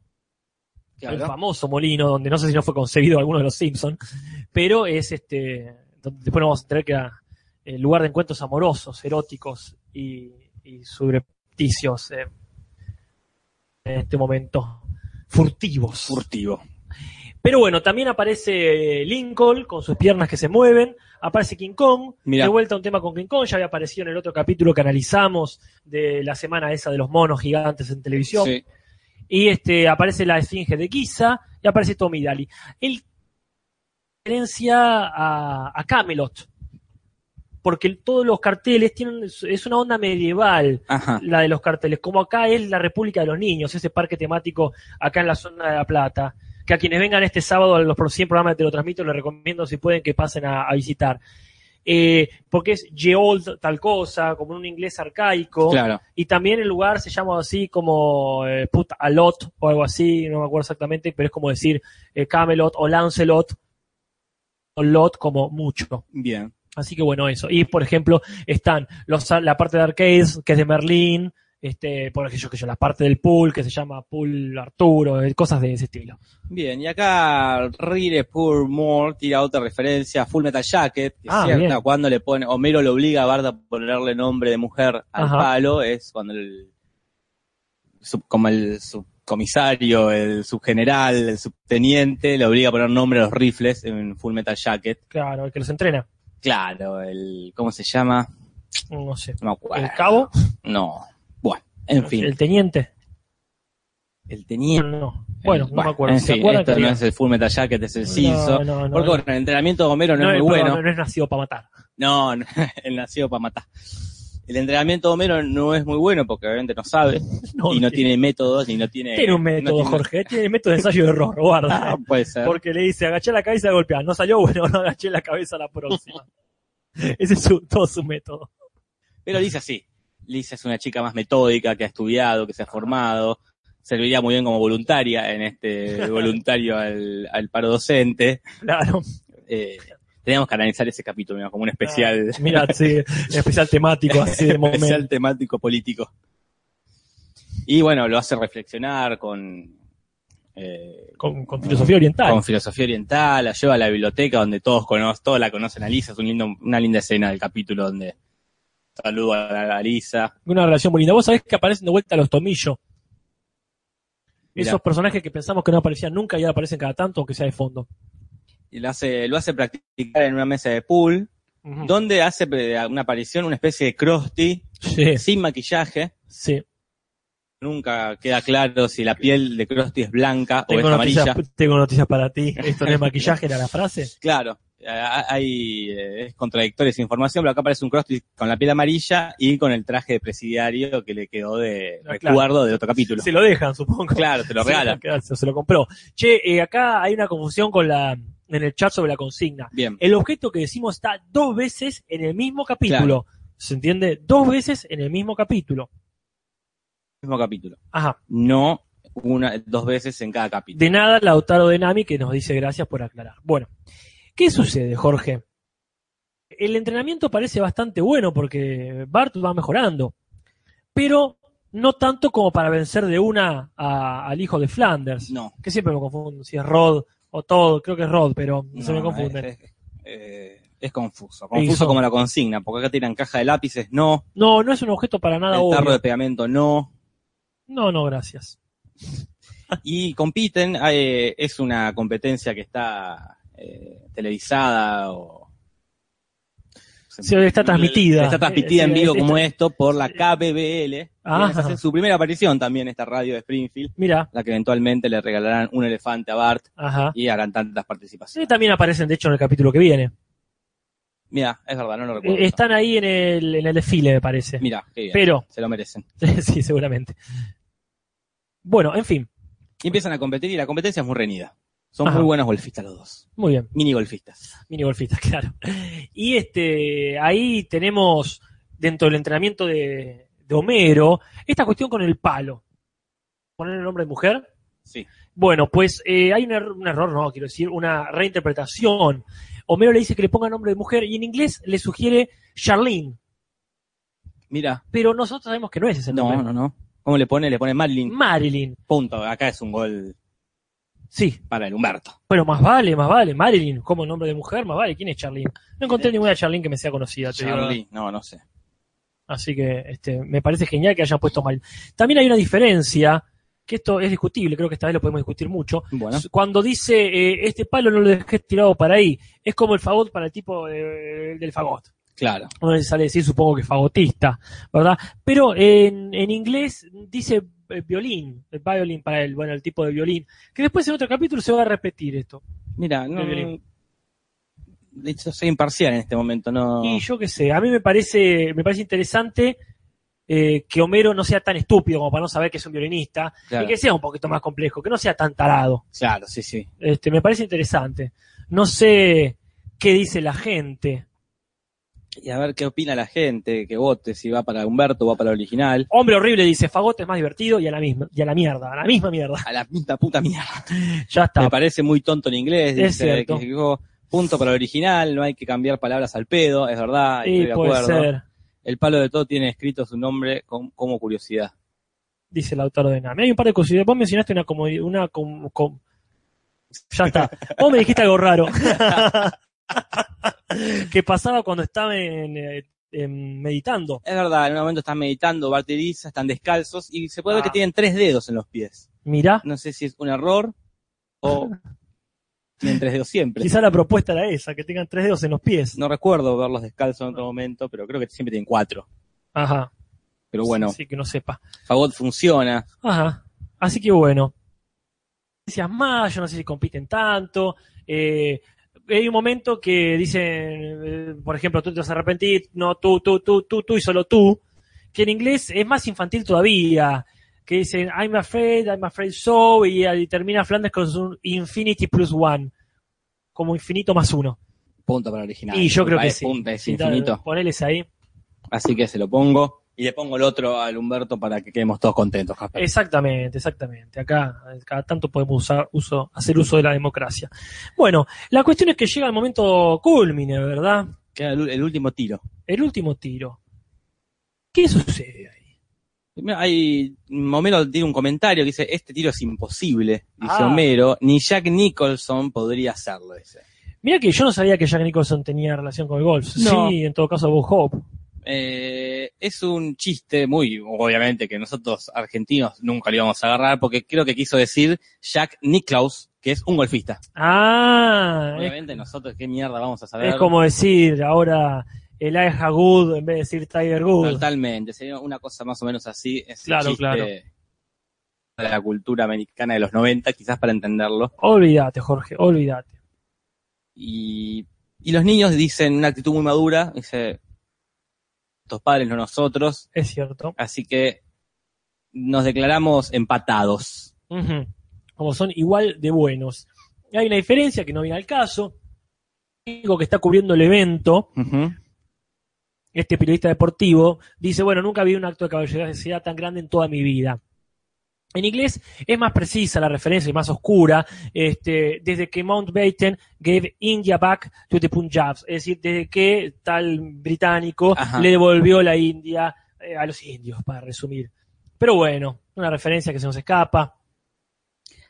[SPEAKER 2] el
[SPEAKER 1] Claro.
[SPEAKER 2] famoso molino, donde no sé si no fue concebido alguno de los Simpsons, pero es este. donde Después nos vamos a tener que a- el lugar de encuentros amorosos, eróticos y, y subrepticios eh, en este momento. Furtivos.
[SPEAKER 1] Furtivo.
[SPEAKER 2] Pero bueno, también aparece Lincoln con sus piernas que se mueven, aparece King Kong,
[SPEAKER 1] Mirá.
[SPEAKER 2] de vuelta un tema con King Kong, ya había aparecido en el otro capítulo que analizamos de la semana esa de los monos gigantes en televisión,
[SPEAKER 1] Sí.
[SPEAKER 2] y este aparece la Esfinge de Giza y aparece Tommy Daly. El referencia a, a Camelot, porque el- todos los carteles tienen es una onda medieval,
[SPEAKER 1] Ajá.
[SPEAKER 2] la de los carteles. Como acá es la República de los Niños, ese parque temático acá en la zona de La Plata. Que a quienes vengan este sábado a los pro- 100 programas Te lo transmito les recomiendo si pueden que pasen a, a visitar. Eh, porque es ye old tal cosa, como en un inglés arcaico.
[SPEAKER 1] Claro.
[SPEAKER 2] Y también el lugar se llama así como eh, Put a Lot o algo así, no me acuerdo exactamente, pero es como decir eh, Camelot o Lancelot o Lot como mucho.
[SPEAKER 1] Bien.
[SPEAKER 2] Así que bueno, eso. Y por ejemplo, están los, la parte de arcades, que es de Merlín, este, por ejemplo, que yo, la parte del pool, que se llama Pool Arturo, eh, cosas de ese estilo.
[SPEAKER 1] Bien, y acá Rire Poor More tira otra referencia a Full Metal Jacket, que es
[SPEAKER 2] Ah,
[SPEAKER 1] cierta,
[SPEAKER 2] bien.
[SPEAKER 1] cuando le pone, Homero le obliga a Bart a ponerle nombre de mujer al
[SPEAKER 2] Ajá.
[SPEAKER 1] palo, es cuando el sub- como el subcomisario, el subgeneral, el subteniente, le obliga a poner nombre a los rifles en Full Metal Jacket.
[SPEAKER 2] Claro, el que los entrena.
[SPEAKER 1] Claro, el, ¿cómo se llama?
[SPEAKER 2] No sé.
[SPEAKER 1] No me acuerdo.
[SPEAKER 2] El cabo,
[SPEAKER 1] No. Bueno, en fin.
[SPEAKER 2] el teniente.
[SPEAKER 1] El
[SPEAKER 2] No,
[SPEAKER 1] teniente.
[SPEAKER 2] no. Bueno, no me acuerdo.
[SPEAKER 1] En
[SPEAKER 2] ¿Se
[SPEAKER 1] fin,
[SPEAKER 2] acuerdan
[SPEAKER 1] esto
[SPEAKER 2] que
[SPEAKER 1] no
[SPEAKER 2] había-
[SPEAKER 1] es el Full Metal Jacket, es el Cinzo.
[SPEAKER 2] No, no, no.
[SPEAKER 1] Porque bueno, el entrenamiento de Homero no,
[SPEAKER 2] No,
[SPEAKER 1] es muy
[SPEAKER 2] perdón,
[SPEAKER 1] bueno.
[SPEAKER 2] no, no es nacido para matar.
[SPEAKER 1] No, no, él nació para matar. El entrenamiento de Homero no es muy bueno porque obviamente no sabe y no tiene métodos ni no tiene.
[SPEAKER 2] tiene un método,
[SPEAKER 1] no tiene-
[SPEAKER 2] Jorge. Tiene método de ensayo de error, guarda.
[SPEAKER 1] Ah, puede ser.
[SPEAKER 2] Porque le dice, agaché la cabeza y golpear. No salió, bueno, no agaché la cabeza a la próxima. Ese es su- todo su método.
[SPEAKER 1] Pero Lisa sí. Lisa es una chica más metódica que ha estudiado, que se ha formado. Serviría muy bien como voluntaria en este voluntario al, al paro docente.
[SPEAKER 2] Claro.
[SPEAKER 1] Eh, teníamos que analizar ese capítulo, digamos, como un especial,
[SPEAKER 2] Ah, Mira, sí, especial temático, así de momento.
[SPEAKER 1] especial temático político. Y bueno, lo hace reflexionar con. eh,
[SPEAKER 2] Con, con filosofía oriental.
[SPEAKER 1] con filosofía oriental, la lleva a la biblioteca donde todos conocen, todos la conocen a Lisa, es un lindo, una linda escena del capítulo donde saluda a, la- a Lisa.
[SPEAKER 2] Una relación muy linda. Vos sabés que aparecen de vuelta los tomillos.
[SPEAKER 1] Mirá.
[SPEAKER 2] Esos personajes que pensamos que no aparecían nunca y ahora aparecen cada tanto, aunque sea de fondo.
[SPEAKER 1] Y lo hace, lo hace practicar en una mesa de pool,
[SPEAKER 2] Don-
[SPEAKER 1] donde hace eh, una aparición, una especie de Krusty,
[SPEAKER 2] Sí,
[SPEAKER 1] sin maquillaje.
[SPEAKER 2] sí.
[SPEAKER 1] Nunca queda claro si la piel de Krusty es blanca o
[SPEAKER 2] Tengo
[SPEAKER 1] es
[SPEAKER 2] noticias,
[SPEAKER 1] amarilla.
[SPEAKER 2] tengo noticias para ti. Esto no es maquillaje, era la frase.
[SPEAKER 1] Claro, eh, hay eh, es contradictoria esa información, pero acá aparece un Krusty con la piel amarilla y con el traje de presidiario que le quedó de
[SPEAKER 2] Ah, claro.
[SPEAKER 1] recuerdo de otro capítulo.
[SPEAKER 2] Se lo dejan, supongo.
[SPEAKER 1] Claro, te lo
[SPEAKER 2] Sí,
[SPEAKER 1] regalan.
[SPEAKER 2] claro, se se lo compró. Che, eh, acá hay una confusión con la en el chat sobre la consigna.
[SPEAKER 1] Bien.
[SPEAKER 2] El objeto que decimos está dos veces en el mismo capítulo. ¿Se entiende? Dos veces en el mismo capítulo.
[SPEAKER 1] mismo capítulo.
[SPEAKER 2] Ajá.
[SPEAKER 1] No una, dos veces en cada capítulo.
[SPEAKER 2] De nada, Lautaro de Nami, que nos dice gracias por aclarar. Bueno, ¿qué sucede, Jorge? El entrenamiento parece bastante bueno porque Bart va mejorando, pero no tanto como para vencer de una a- al hijo de Flanders,
[SPEAKER 1] No.
[SPEAKER 2] que siempre me confundo si es Rod o Todd, creo que es Rod, pero se me
[SPEAKER 1] no,
[SPEAKER 2] confunden.
[SPEAKER 1] Es, es- eh, es confuso.
[SPEAKER 2] Y
[SPEAKER 1] Confuso
[SPEAKER 2] son-
[SPEAKER 1] como la consigna, porque acá tiran caja de lápices, no.
[SPEAKER 2] No, no es un objeto para nada
[SPEAKER 1] el tarro
[SPEAKER 2] Ah, obvio.
[SPEAKER 1] de pegamento, no.
[SPEAKER 2] No, no, gracias.
[SPEAKER 1] Y compiten, eh, es una competencia que está eh, televisada o...
[SPEAKER 2] Sí, está transmitida.
[SPEAKER 1] Está transmitida
[SPEAKER 2] Eh, sí,
[SPEAKER 1] en vivo
[SPEAKER 2] es-
[SPEAKER 1] como esto por la KBBL.
[SPEAKER 2] Ajá.
[SPEAKER 1] Quienes hacen su primera aparición también esta radio de Springfield,
[SPEAKER 2] Mira,
[SPEAKER 1] la que eventualmente le regalarán un elefante a Bart
[SPEAKER 2] ajá.
[SPEAKER 1] y harán tantas participaciones.
[SPEAKER 2] Sí, también aparecen, de hecho, en el capítulo que viene.
[SPEAKER 1] Mira, es verdad, no lo recuerdo.
[SPEAKER 2] Eh, Están ahí en el, en el desfile, me parece.
[SPEAKER 1] Mira, qué bien.
[SPEAKER 2] Pero,
[SPEAKER 1] se lo merecen.
[SPEAKER 2] sí, seguramente. Bueno, en fin,
[SPEAKER 1] Y empiezan a competir y la competencia es muy reñida. Son
[SPEAKER 2] Ajá.
[SPEAKER 1] muy buenos golfistas los dos.
[SPEAKER 2] muy bien.
[SPEAKER 1] Mini golfistas.
[SPEAKER 2] Mini golfistas, claro. Y este, ahí tenemos dentro del entrenamiento de, de Homero esta cuestión con el palo. Poner el nombre de mujer.
[SPEAKER 1] Sí.
[SPEAKER 2] Bueno, pues eh, hay un, er- un error, no, quiero decir, una reinterpretación. Homero le dice que le ponga nombre de mujer y en inglés le sugiere Charlene,
[SPEAKER 1] Mira.
[SPEAKER 2] pero nosotros sabemos que no es ese
[SPEAKER 1] No, no,
[SPEAKER 2] nombre.
[SPEAKER 1] no. ¿Cómo le pone? Le pone Madeline.
[SPEAKER 2] Marilyn,
[SPEAKER 1] Punto. Acá es un gol
[SPEAKER 2] sí,
[SPEAKER 1] para el Humberto.
[SPEAKER 2] pero más vale, más vale. Marilyn, como nombre de mujer, más vale. ¿Quién es Charlene? No encontré ninguna Charlene que me sea conocida. te digo la verdad.
[SPEAKER 1] Charlie. No, no sé.
[SPEAKER 2] Así que este, me parece genial que hayan puesto mal. También hay una diferencia, que esto es discutible, creo que esta vez lo podemos discutir mucho.
[SPEAKER 1] Bueno.
[SPEAKER 2] Cuando dice, eh, este palo no lo dejes tirado para ahí, es como el fagot para el tipo eh, del fagot.
[SPEAKER 1] Claro.
[SPEAKER 2] Uno le sale decir, supongo que fagotista, ¿verdad? Pero en, en inglés dice eh, violín, el violín para el, bueno, el tipo de violín, que después en otro capítulo se va a repetir esto.
[SPEAKER 1] Mira, no.
[SPEAKER 2] Evelyn.
[SPEAKER 1] De hecho, soy imparcial en este momento. No.
[SPEAKER 2] Y yo qué sé, a mí me parece, me parece interesante eh, que Homero no sea tan estúpido como para no saber que es un violinista,
[SPEAKER 1] Claro.
[SPEAKER 2] Y que sea un poquito más complejo, que no sea tan tarado.
[SPEAKER 1] Claro, sí, sí.
[SPEAKER 2] Este, me parece interesante. No sé qué dice la gente.
[SPEAKER 1] Y a ver qué opina la gente, que vote, si va para Humberto o va para el original.
[SPEAKER 2] Hombre horrible dice, Fagot es más divertido y a la misma, y a la mierda, a la misma mierda.
[SPEAKER 1] A la pinta puta mierda.
[SPEAKER 2] Ya está.
[SPEAKER 1] Me parece muy tonto en inglés.
[SPEAKER 2] Es
[SPEAKER 1] dice
[SPEAKER 2] cierto.
[SPEAKER 1] que dijo, punto para el original, no hay que cambiar palabras al pedo, es verdad,
[SPEAKER 2] Sí,
[SPEAKER 1] estoy de
[SPEAKER 2] puede
[SPEAKER 1] acuerdo.
[SPEAKER 2] ser,
[SPEAKER 1] El palo de todo tiene escrito su nombre com- como curiosidad.
[SPEAKER 2] dice el autor de Nami. Hay un par de curiosidades. Vos mencionaste una como una com- com- ya está. Vos me dijiste algo raro. que pasaba cuando estaba en, eh, en- meditando.
[SPEAKER 1] Es verdad, en un momento están meditando, Barteriza, están descalzos y se puede ver
[SPEAKER 2] Ah.
[SPEAKER 1] que tienen tres dedos en los pies.
[SPEAKER 2] Mirá,
[SPEAKER 1] No sé si es un error o tienen tres dedos siempre.
[SPEAKER 2] quizá la propuesta era esa, que tengan tres dedos en los pies.
[SPEAKER 1] No recuerdo verlos descalzos en otro momento, pero creo que siempre tienen cuatro.
[SPEAKER 2] Ajá.
[SPEAKER 1] Pero bueno,
[SPEAKER 2] Así que no sepa.
[SPEAKER 1] Fagot funciona.
[SPEAKER 2] Ajá. Así que bueno. Decías más, yo no sé si compiten tanto. Eh, hay un momento que dicen, eh, por ejemplo, tú te vas a arrepentir, no tú, tú, tú, tú, tú y solo tú. Que en inglés es más infantil todavía. Que dicen, I'm afraid, I'm afraid so. Y, ahí termina Flandes con su infinity plus one. Como infinito más uno.
[SPEAKER 1] Punto para el original.
[SPEAKER 2] y yo creo
[SPEAKER 1] Disculpa,
[SPEAKER 2] que
[SPEAKER 1] es
[SPEAKER 2] sí.
[SPEAKER 1] punta, es
[SPEAKER 2] Sí,
[SPEAKER 1] infinito.
[SPEAKER 2] Poneles ahí.
[SPEAKER 1] Así que se lo pongo. Y le pongo el otro al Humberto para que quedemos todos contentos, Jasper.
[SPEAKER 2] Eh, Exactamente, exactamente. Acá cada tanto podemos usar, uso, hacer uso de la democracia. Bueno, la cuestión es que llega el momento culmine, ¿verdad?
[SPEAKER 1] Queda el, el último tiro.
[SPEAKER 2] El último tiro. ¿Qué sucede ahí?
[SPEAKER 1] Mira, Hay, Homero tiene un comentario que dice, este tiro es imposible, dice
[SPEAKER 2] Ah.
[SPEAKER 1] Homero, ni Jack Nicholson podría hacerlo, dice.
[SPEAKER 2] Mira que yo no sabía que Jack Nicholson tenía relación con el golf.
[SPEAKER 1] No.
[SPEAKER 2] Sí, en todo caso Bob Hope.
[SPEAKER 1] Eh, es un chiste muy, obviamente, que nosotros argentinos nunca le íbamos a agarrar, porque creo que quiso decir Jack Nicklaus, que es un golfista.
[SPEAKER 2] Ah, es,
[SPEAKER 1] Obviamente nosotros qué mierda vamos a saber.
[SPEAKER 2] es como decir ahora el Elijah Good en vez de decir Tiger Good.
[SPEAKER 1] Totalmente, sería una cosa más o menos así. Es el
[SPEAKER 2] Claro,
[SPEAKER 1] chiste
[SPEAKER 2] claro.
[SPEAKER 1] De la cultura americana de los 90, quizás para entenderlo.
[SPEAKER 2] Olvídate, Jorge, olvídate.
[SPEAKER 1] Y, y los niños dicen una actitud muy madura, dice, tus padres, no nosotros,
[SPEAKER 2] Es cierto.
[SPEAKER 1] así que nos declaramos empatados.
[SPEAKER 2] Ujú. Como son igual de buenos. Hay una diferencia que no viene al caso. El único que está cubriendo el evento, este periodista deportivo, dice, bueno, nunca vi un acto de caballerosidad tan grande en toda mi vida. En inglés es más precisa la referencia y más oscura, este, desde que Mountbatten gave India back to the Punjabs, es decir, desde que tal británico
[SPEAKER 1] Ajá.
[SPEAKER 2] le devolvió la India eh, a los indios, para resumir. Pero bueno, una referencia que se nos escapa.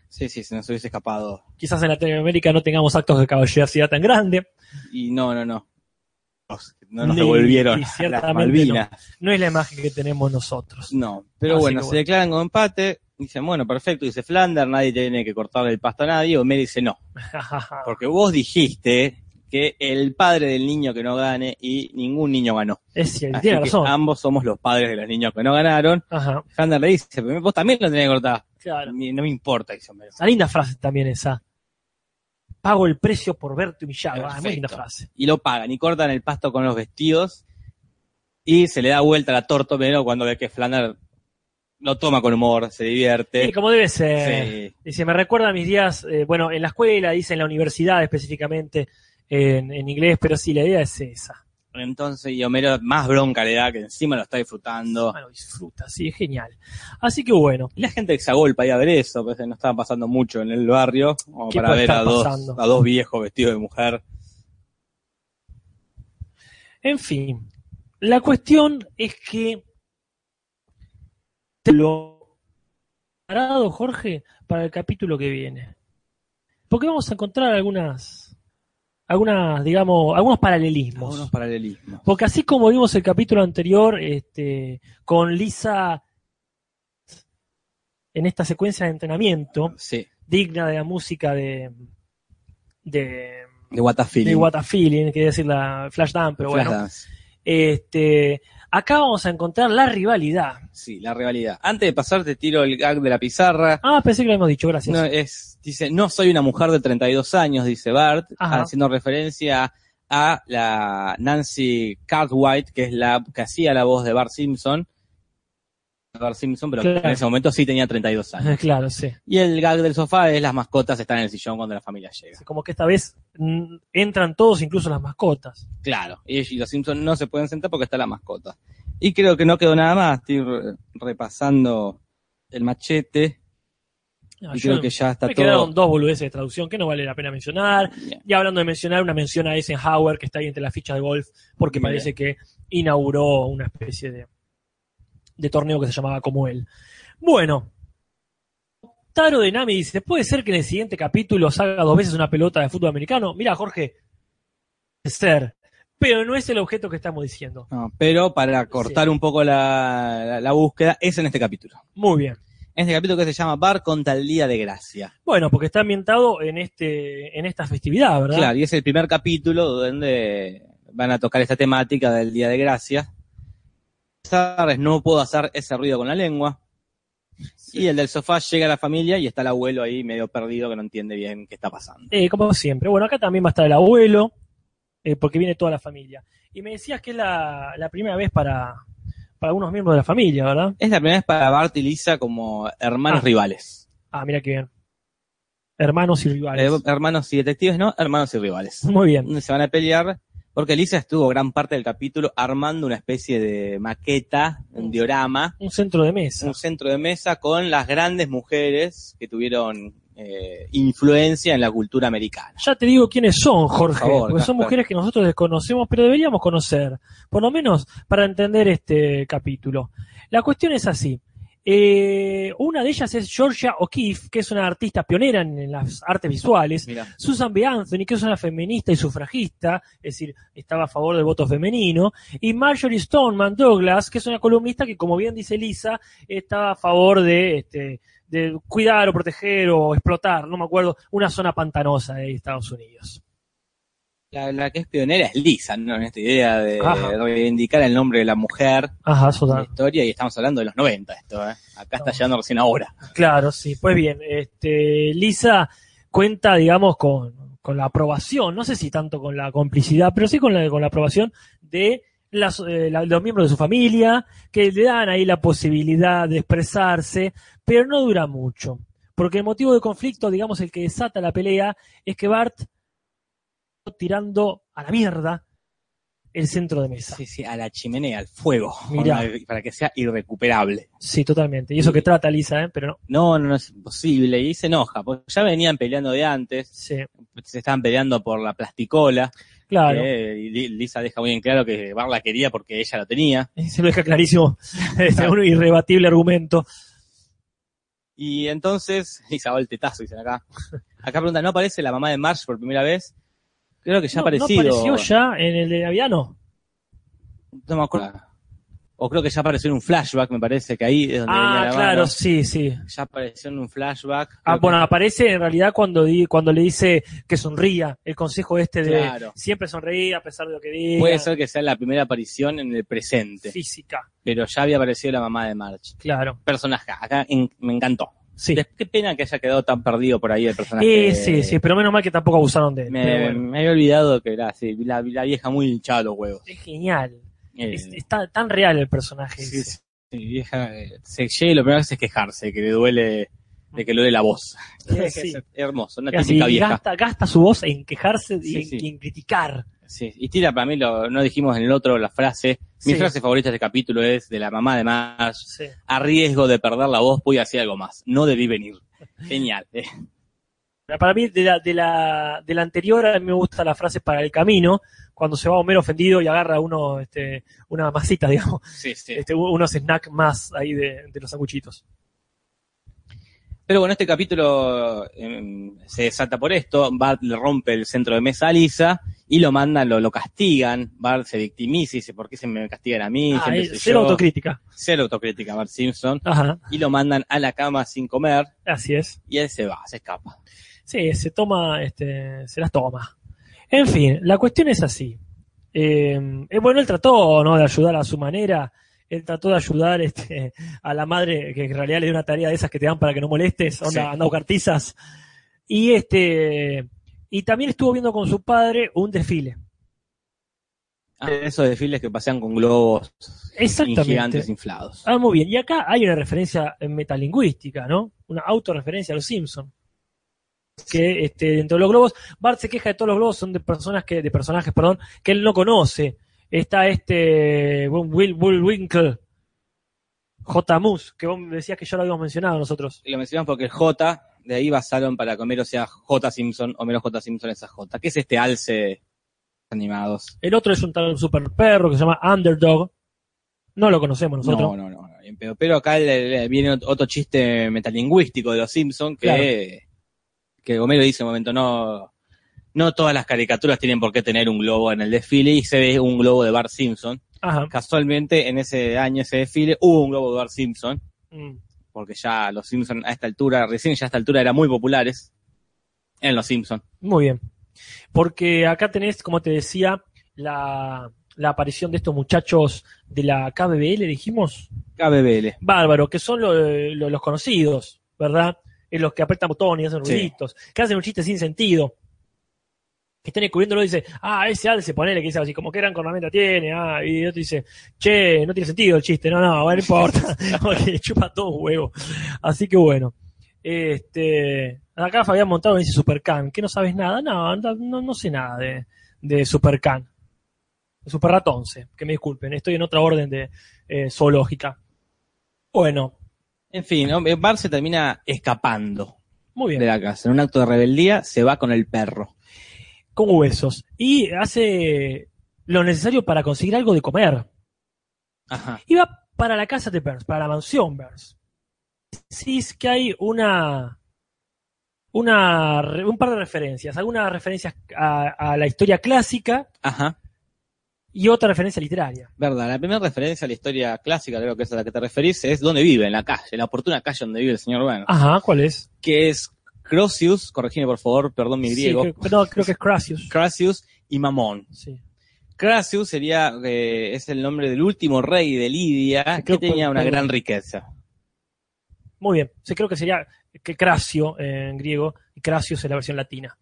[SPEAKER 1] Sí, sí, se nos hubiese escapado.
[SPEAKER 2] quizás en Latinoamérica no tengamos actos de caballerosidad tan grande.
[SPEAKER 1] Y no, no, no. Nos- No nos
[SPEAKER 2] Ni-
[SPEAKER 1] devolvieron
[SPEAKER 2] y
[SPEAKER 1] a las
[SPEAKER 2] ciertamente
[SPEAKER 1] Malvinas.
[SPEAKER 2] No es la imagen que tenemos nosotros.
[SPEAKER 1] No, pero
[SPEAKER 2] Así
[SPEAKER 1] bueno,
[SPEAKER 2] que
[SPEAKER 1] se
[SPEAKER 2] bueno.
[SPEAKER 1] declaran con empate. Dicen, bueno, perfecto, dice Flander, nadie tiene que cortarle el pasto a nadie. Homero dice, no, porque vos dijiste que el padre del niño que no gane y ningún niño ganó.
[SPEAKER 2] es cierto,
[SPEAKER 1] Así
[SPEAKER 2] tiene
[SPEAKER 1] que ah.
[SPEAKER 2] razón.
[SPEAKER 1] ambos somos los padres de los niños que no ganaron.
[SPEAKER 2] Ajá,
[SPEAKER 1] Flander le dice, "Pero vos también lo tenés que cortar.
[SPEAKER 2] claro.
[SPEAKER 1] Ni- No me importa, dice Homero.
[SPEAKER 2] Una linda frase también esa. pago el precio por verte humillado. Ah,
[SPEAKER 1] Perfecto.
[SPEAKER 2] muy linda frase.
[SPEAKER 1] y lo pagan y cortan el pasto con los vestidos y se le da vuelta la torta pero cuando ve que Flanders lo toma con humor, se divierte.
[SPEAKER 2] Y como debe ser.
[SPEAKER 1] Eh, Sí.
[SPEAKER 2] Dice, me recuerda a mis días, eh, bueno, en la escuela, dice en la universidad específicamente, en, en inglés, pero sí, la idea es esa.
[SPEAKER 1] Entonces, y Homero más bronca le da que encima lo está disfrutando.
[SPEAKER 2] Ah, lo disfruta, sí, es genial. Así que bueno,
[SPEAKER 1] Y la gente que se agolpa y a ver eso, pues no estaba pasando mucho en el barrio, como
[SPEAKER 2] ¿Qué
[SPEAKER 1] para
[SPEAKER 2] puede
[SPEAKER 1] ver a
[SPEAKER 2] estar
[SPEAKER 1] dos,
[SPEAKER 2] pasando?
[SPEAKER 1] a dos viejos vestidos de mujer.
[SPEAKER 2] en fin, la cuestión es que te lo preparado, Jorge, para el capítulo que viene. Porque vamos a encontrar algunas, algunas, digamos, algunos paralelismos.
[SPEAKER 1] Unos paralelismos.
[SPEAKER 2] Porque así como vimos el capítulo anterior, este, con Lisa en esta secuencia de entrenamiento,
[SPEAKER 1] Sí,
[SPEAKER 2] digna de la música de, de,
[SPEAKER 1] de What a
[SPEAKER 2] de
[SPEAKER 1] Feeling.
[SPEAKER 2] What a Feeling, quería decir la Flashdance, pero bueno.
[SPEAKER 1] Flashdance.
[SPEAKER 2] Este, acá vamos a encontrar la rivalidad.
[SPEAKER 1] Sí, la rivalidad. Antes de pasar, te tiro el gag de la pizarra.
[SPEAKER 2] Ah, pensé que lo hemos dicho, gracias.
[SPEAKER 1] No, es, dice, no soy una mujer de 32 años, dice Bart,
[SPEAKER 2] Ajá.
[SPEAKER 1] haciendo referencia a la Nancy Cartwright, que es la que hacía la voz de Bart Simpson. Bart Simpson, pero
[SPEAKER 2] Claro.
[SPEAKER 1] en ese momento sí tenía 32 años.
[SPEAKER 2] Eh, claro, sí.
[SPEAKER 1] Y el gag del sofá es las mascotas están en el sillón cuando la familia llega.
[SPEAKER 2] Como que esta vez mm, entran todos, incluso las mascotas.
[SPEAKER 1] Claro, y, y los Simpsons no se pueden sentar porque está la mascota. Y creo que no quedó nada más, estoy re- repasando el machete
[SPEAKER 2] Ah,
[SPEAKER 1] y
[SPEAKER 2] yo-
[SPEAKER 1] creo que ya está
[SPEAKER 2] me
[SPEAKER 1] todo.
[SPEAKER 2] quedaron dos boludeces de traducción que no vale la pena mencionar.
[SPEAKER 1] Bien.
[SPEAKER 2] Y hablando de mencionar, una mención a Eisenhower que está ahí entre las fichas de golf, porque
[SPEAKER 1] Bien.
[SPEAKER 2] parece que inauguró una especie de, de torneo que se llamaba como él. Bueno, Taro de Nami dice: ¿Puede ser que en el siguiente capítulo salga dos veces una pelota de fútbol americano? Mira, Jorge, puede ser, pero no es el objeto que estamos diciendo.
[SPEAKER 1] No, pero para cortar un poco la, la- la búsqueda, es en este capítulo.
[SPEAKER 2] Muy bien.
[SPEAKER 1] En este capítulo que se llama Bar contra el Día de Gracia.
[SPEAKER 2] Bueno, porque está ambientado en, este, en esta festividad, ¿verdad?
[SPEAKER 1] Claro, y es el primer capítulo donde van a tocar esta temática del Día de Gracia. Sabes, No puedo hacer ese ruido con la lengua. Y el del sofá llega a la familia y está el abuelo ahí medio perdido que no entiende bien qué está pasando.
[SPEAKER 2] Eh, como siempre. Bueno, acá también va a estar el abuelo, eh, porque viene toda la familia. Y me decías que es la, la primera vez para, para algunos miembros de la familia, ¿verdad?
[SPEAKER 1] Es la primera vez para Bart y Lisa como hermanos
[SPEAKER 2] Ah.
[SPEAKER 1] rivales.
[SPEAKER 2] Ah, mira qué bien. Hermanos y rivales.
[SPEAKER 1] Eh, hermanos y detectives, ¿no? Hermanos y rivales.
[SPEAKER 2] Muy bien.
[SPEAKER 1] se van a pelear porque Lisa estuvo gran parte del capítulo armando una especie de maqueta, un diorama,
[SPEAKER 2] Un centro de mesa.
[SPEAKER 1] un centro de mesa con las grandes mujeres que tuvieron eh, influencia en la cultura americana.
[SPEAKER 2] Ya te digo quiénes son, Jorge,
[SPEAKER 1] Por favor,
[SPEAKER 2] porque son
[SPEAKER 1] Casper.
[SPEAKER 2] mujeres que nosotros desconocemos, pero deberíamos conocer, por lo menos para entender este capítulo. La cuestión es así. Eh, una de ellas es Georgia O'Keeffe, que es una artista pionera en- en las artes visuales,
[SPEAKER 1] Mira,
[SPEAKER 2] Susan B. Anthony, que es una feminista y sufragista, es decir, estaba a favor del voto femenino, y Marjorie Stoneman Douglas, que es una columnista que, como bien dice Lisa, estaba a favor de, este, de cuidar o proteger o explotar, no me acuerdo, una zona pantanosa de Estados Unidos.
[SPEAKER 1] la, la que es pionera es Lisa, ¿no? En esta idea de
[SPEAKER 2] Ajá.
[SPEAKER 1] reivindicar el nombre de la mujer
[SPEAKER 2] Ajá,
[SPEAKER 1] en la
[SPEAKER 2] Susan.
[SPEAKER 1] historia y estamos hablando de los 90 esto, ¿eh? Acá está
[SPEAKER 2] No.
[SPEAKER 1] llegando recién ahora.
[SPEAKER 2] Claro, sí. Pues bien, este, Lisa cuenta, digamos, con, con la aprobación, no sé si tanto con la complicidad, pero sí con la, con la aprobación de las, eh, la- los miembros de su familia, que le dan ahí la posibilidad de expresarse, pero no dura mucho. Porque el motivo de conflicto, digamos, el que desata la pelea, es que Bart tirando a la mierda el centro de mesa.
[SPEAKER 1] Sí, sí, a la chimenea, al fuego,
[SPEAKER 2] Ah. Mirá.
[SPEAKER 1] para que sea irrecuperable.
[SPEAKER 2] Sí, totalmente. Y eso que trata Lisa, ¿eh? pero no.
[SPEAKER 1] No, no, no es imposible. Y se enoja, porque ya venían peleando de antes.
[SPEAKER 2] Sí,
[SPEAKER 1] se estaban peleando por la plasticola.
[SPEAKER 2] claro.
[SPEAKER 1] que, y Li- Lisa deja muy en claro que Bar la quería porque ella la tenía.
[SPEAKER 2] Se lo deja clarísimo. Es un irrebatible argumento.
[SPEAKER 1] Y entonces, Lisa va el tetazo, dicen acá. Acá pregunta, ¿no aparece la mamá de Marge por primera vez? Creo que ya ha
[SPEAKER 2] No,
[SPEAKER 1] aparecido.
[SPEAKER 2] ¿No apareció ya en el de Navidad? No.
[SPEAKER 1] No me acuerdo. O creo que ya apareció en un flashback, me parece, que ahí es donde venía
[SPEAKER 2] Ah,
[SPEAKER 1] la
[SPEAKER 2] claro,
[SPEAKER 1] mano.
[SPEAKER 2] sí, sí.
[SPEAKER 1] Ya apareció en un flashback.
[SPEAKER 2] Ah,
[SPEAKER 1] Creo
[SPEAKER 2] bueno,
[SPEAKER 1] que-
[SPEAKER 2] aparece en realidad cuando, di- cuando le dice que sonría. El consejo este de
[SPEAKER 1] Claro.
[SPEAKER 2] siempre sonreír a pesar de lo que diga.
[SPEAKER 1] Puede ser que sea la primera aparición en el presente,
[SPEAKER 2] Física,
[SPEAKER 1] pero ya había aparecido la mamá de Marge.
[SPEAKER 2] claro.
[SPEAKER 1] Personaje, acá en- me encantó.
[SPEAKER 2] Sí.
[SPEAKER 1] Des- Qué pena que haya quedado tan perdido por ahí el personaje.
[SPEAKER 2] Eh, sí, sí, pero menos mal que tampoco abusaron de él. pero
[SPEAKER 1] Me,
[SPEAKER 2] bueno.
[SPEAKER 1] me había olvidado que era así, la, la vieja muy hinchada los huevos.
[SPEAKER 2] Es genial.
[SPEAKER 1] Eh,
[SPEAKER 2] Es, es tan, tan real el personaje.
[SPEAKER 1] sí,
[SPEAKER 2] ese.
[SPEAKER 1] sí, vieja, eh, se llega lo primero que hace es quejarse, que le duele, de que le duele la voz.
[SPEAKER 2] Sí.
[SPEAKER 1] Es hermoso, una
[SPEAKER 2] Es así,
[SPEAKER 1] típica
[SPEAKER 2] y
[SPEAKER 1] vieja.
[SPEAKER 2] gasta, gasta su voz en quejarse y,
[SPEAKER 1] Sí,
[SPEAKER 2] en,
[SPEAKER 1] sí.
[SPEAKER 2] y en criticar.
[SPEAKER 1] Sí, y tira para mí, lo, no dijimos en el otro la frase. Mi
[SPEAKER 2] Sí.
[SPEAKER 1] frase favorita de este capítulo es de la mamá de Marge.
[SPEAKER 2] Sí.
[SPEAKER 1] A riesgo de perder la voz, voy a hacer algo más. No debí venir. Genial. eh.
[SPEAKER 2] Para mí, de la, de, la, de la anterior, a mí me gusta la frase para el camino, cuando se va Homero ofendido y agarra uno, este, una masita, digamos,
[SPEAKER 1] Sí, sí.
[SPEAKER 2] este, u- unos snacks más ahí de, de los sanguchitos.
[SPEAKER 1] Pero bueno, este capítulo eh, se desata por esto. Bart le rompe el centro de mesa a Lisa y lo mandan, lo, lo castigan. Bart se victimiza y dice, ¿por qué se me castigan a mí?
[SPEAKER 2] Ah,
[SPEAKER 1] Siempre
[SPEAKER 2] eh,
[SPEAKER 1] soy
[SPEAKER 2] cero
[SPEAKER 1] yo".
[SPEAKER 2] autocrítica.
[SPEAKER 1] Cero autocrítica, Bart Simpson.
[SPEAKER 2] Ajá,
[SPEAKER 1] Y lo mandan a la cama sin comer
[SPEAKER 2] así es.
[SPEAKER 1] y él se va, se escapa.
[SPEAKER 2] Sí, se toma, este, se las toma. En fin, la cuestión es así. Eh, eh, bueno, él trató, ¿no? De ayudar a su manera. Él trató de ayudar este, a la madre, que en realidad le dio una tarea de esas que te dan para que no molestes, onda,
[SPEAKER 1] Sí.
[SPEAKER 2] anda a buscar tizas. Y este, y también estuvo viendo con su padre un desfile.
[SPEAKER 1] Ah, esos desfiles que pasean con globos
[SPEAKER 2] Exactamente.
[SPEAKER 1] gigantes inflados.
[SPEAKER 2] Ah, muy bien. Y acá hay una referencia eh, metalingüística, ¿no? Una autorreferencia a los Simpsons. Que este, dentro de los globos, Bart se queja de todos los globos, son de personas que, de personajes, perdón, que él no conoce. Está este Will, Will Winkle, J. Moose, que vos me decías que ya lo habíamos mencionado nosotros.
[SPEAKER 1] Y lo mencionamos porque el J, de ahí basaron para que Homero sea J Simpson, Homero J Simpson es a J. ¿Qué es este alce de animados?
[SPEAKER 2] El otro es un tal super perro que se llama Underdog. No lo conocemos
[SPEAKER 1] No,
[SPEAKER 2] nosotros.
[SPEAKER 1] no, no, no, bien pedo. Pero acá le- le viene ot- otro chiste metalingüístico de los Simpson que, que Homero dice en un momento, no, no todas las caricaturas tienen por qué tener un globo en el desfile y se ve un globo de Bart Simpson.
[SPEAKER 2] Ajá.
[SPEAKER 1] Casualmente en ese año, ese desfile, hubo un globo de Bart Simpson.
[SPEAKER 2] Mm.
[SPEAKER 1] porque ya los Simpson a esta altura, recién ya a esta altura eran muy populares en los Simpson.
[SPEAKER 2] Muy bien. Porque acá tenés, como te decía, la, la aparición de estos muchachos de la KBBL, dijimos.
[SPEAKER 1] KBBL.
[SPEAKER 2] Bárbaro, que son lo- lo- los conocidos, ¿verdad? Eh, los que apretan botones y hacen
[SPEAKER 1] Sí.
[SPEAKER 2] ruiditos, que hacen un chiste sin sentido. Que están descubriéndolo y dice, ah, ese alce, ponele, que dice así, como que gran cornamenta tiene, ah, y otro dice, che, no tiene sentido el chiste, no, no, bueno, no importa, Porque le chupa todo un huevo. Así que bueno, este, acá Fabián Montano dice Supercan, que no sabes nada, no, anda- no, no sé nada de, de Supercan, de Super Rat 11, que me disculpen, estoy en otra orden de eh, zoológica. Bueno,
[SPEAKER 1] En fin, hom- Bart se termina escapando
[SPEAKER 2] muy bien.
[SPEAKER 1] de la casa. En un acto de rebeldía se va con el perro.
[SPEAKER 2] con huesos y hace lo necesario para conseguir algo de comer.
[SPEAKER 1] Ajá.
[SPEAKER 2] Y va para la casa de Burns, para la mansión Burns. Sí es que hay una, una re- un par de referencias, algunas referencias a, a la historia clásica
[SPEAKER 1] Ajá.
[SPEAKER 2] y otra referencia literaria.
[SPEAKER 1] Verdad, la primera referencia a la historia clásica, creo que es a la que te referís, es donde vive, en la calle, la oportuna calle donde vive el señor Burns,
[SPEAKER 2] Ajá, ¿cuál es?
[SPEAKER 1] que es Crocius, corregime por favor, perdón mi
[SPEAKER 2] Sí,
[SPEAKER 1] griego,
[SPEAKER 2] creo- no, creo que es Crassus.
[SPEAKER 1] Crocius y Mamón.
[SPEAKER 2] Sí.
[SPEAKER 1] Crasius sería, eh, es el nombre del último rey de Lidia, que
[SPEAKER 2] Creo que-
[SPEAKER 1] tenía una gran riqueza.
[SPEAKER 2] Muy bien, sí, creo que sería que Crasio eh, en griego y Crassus es la versión latina.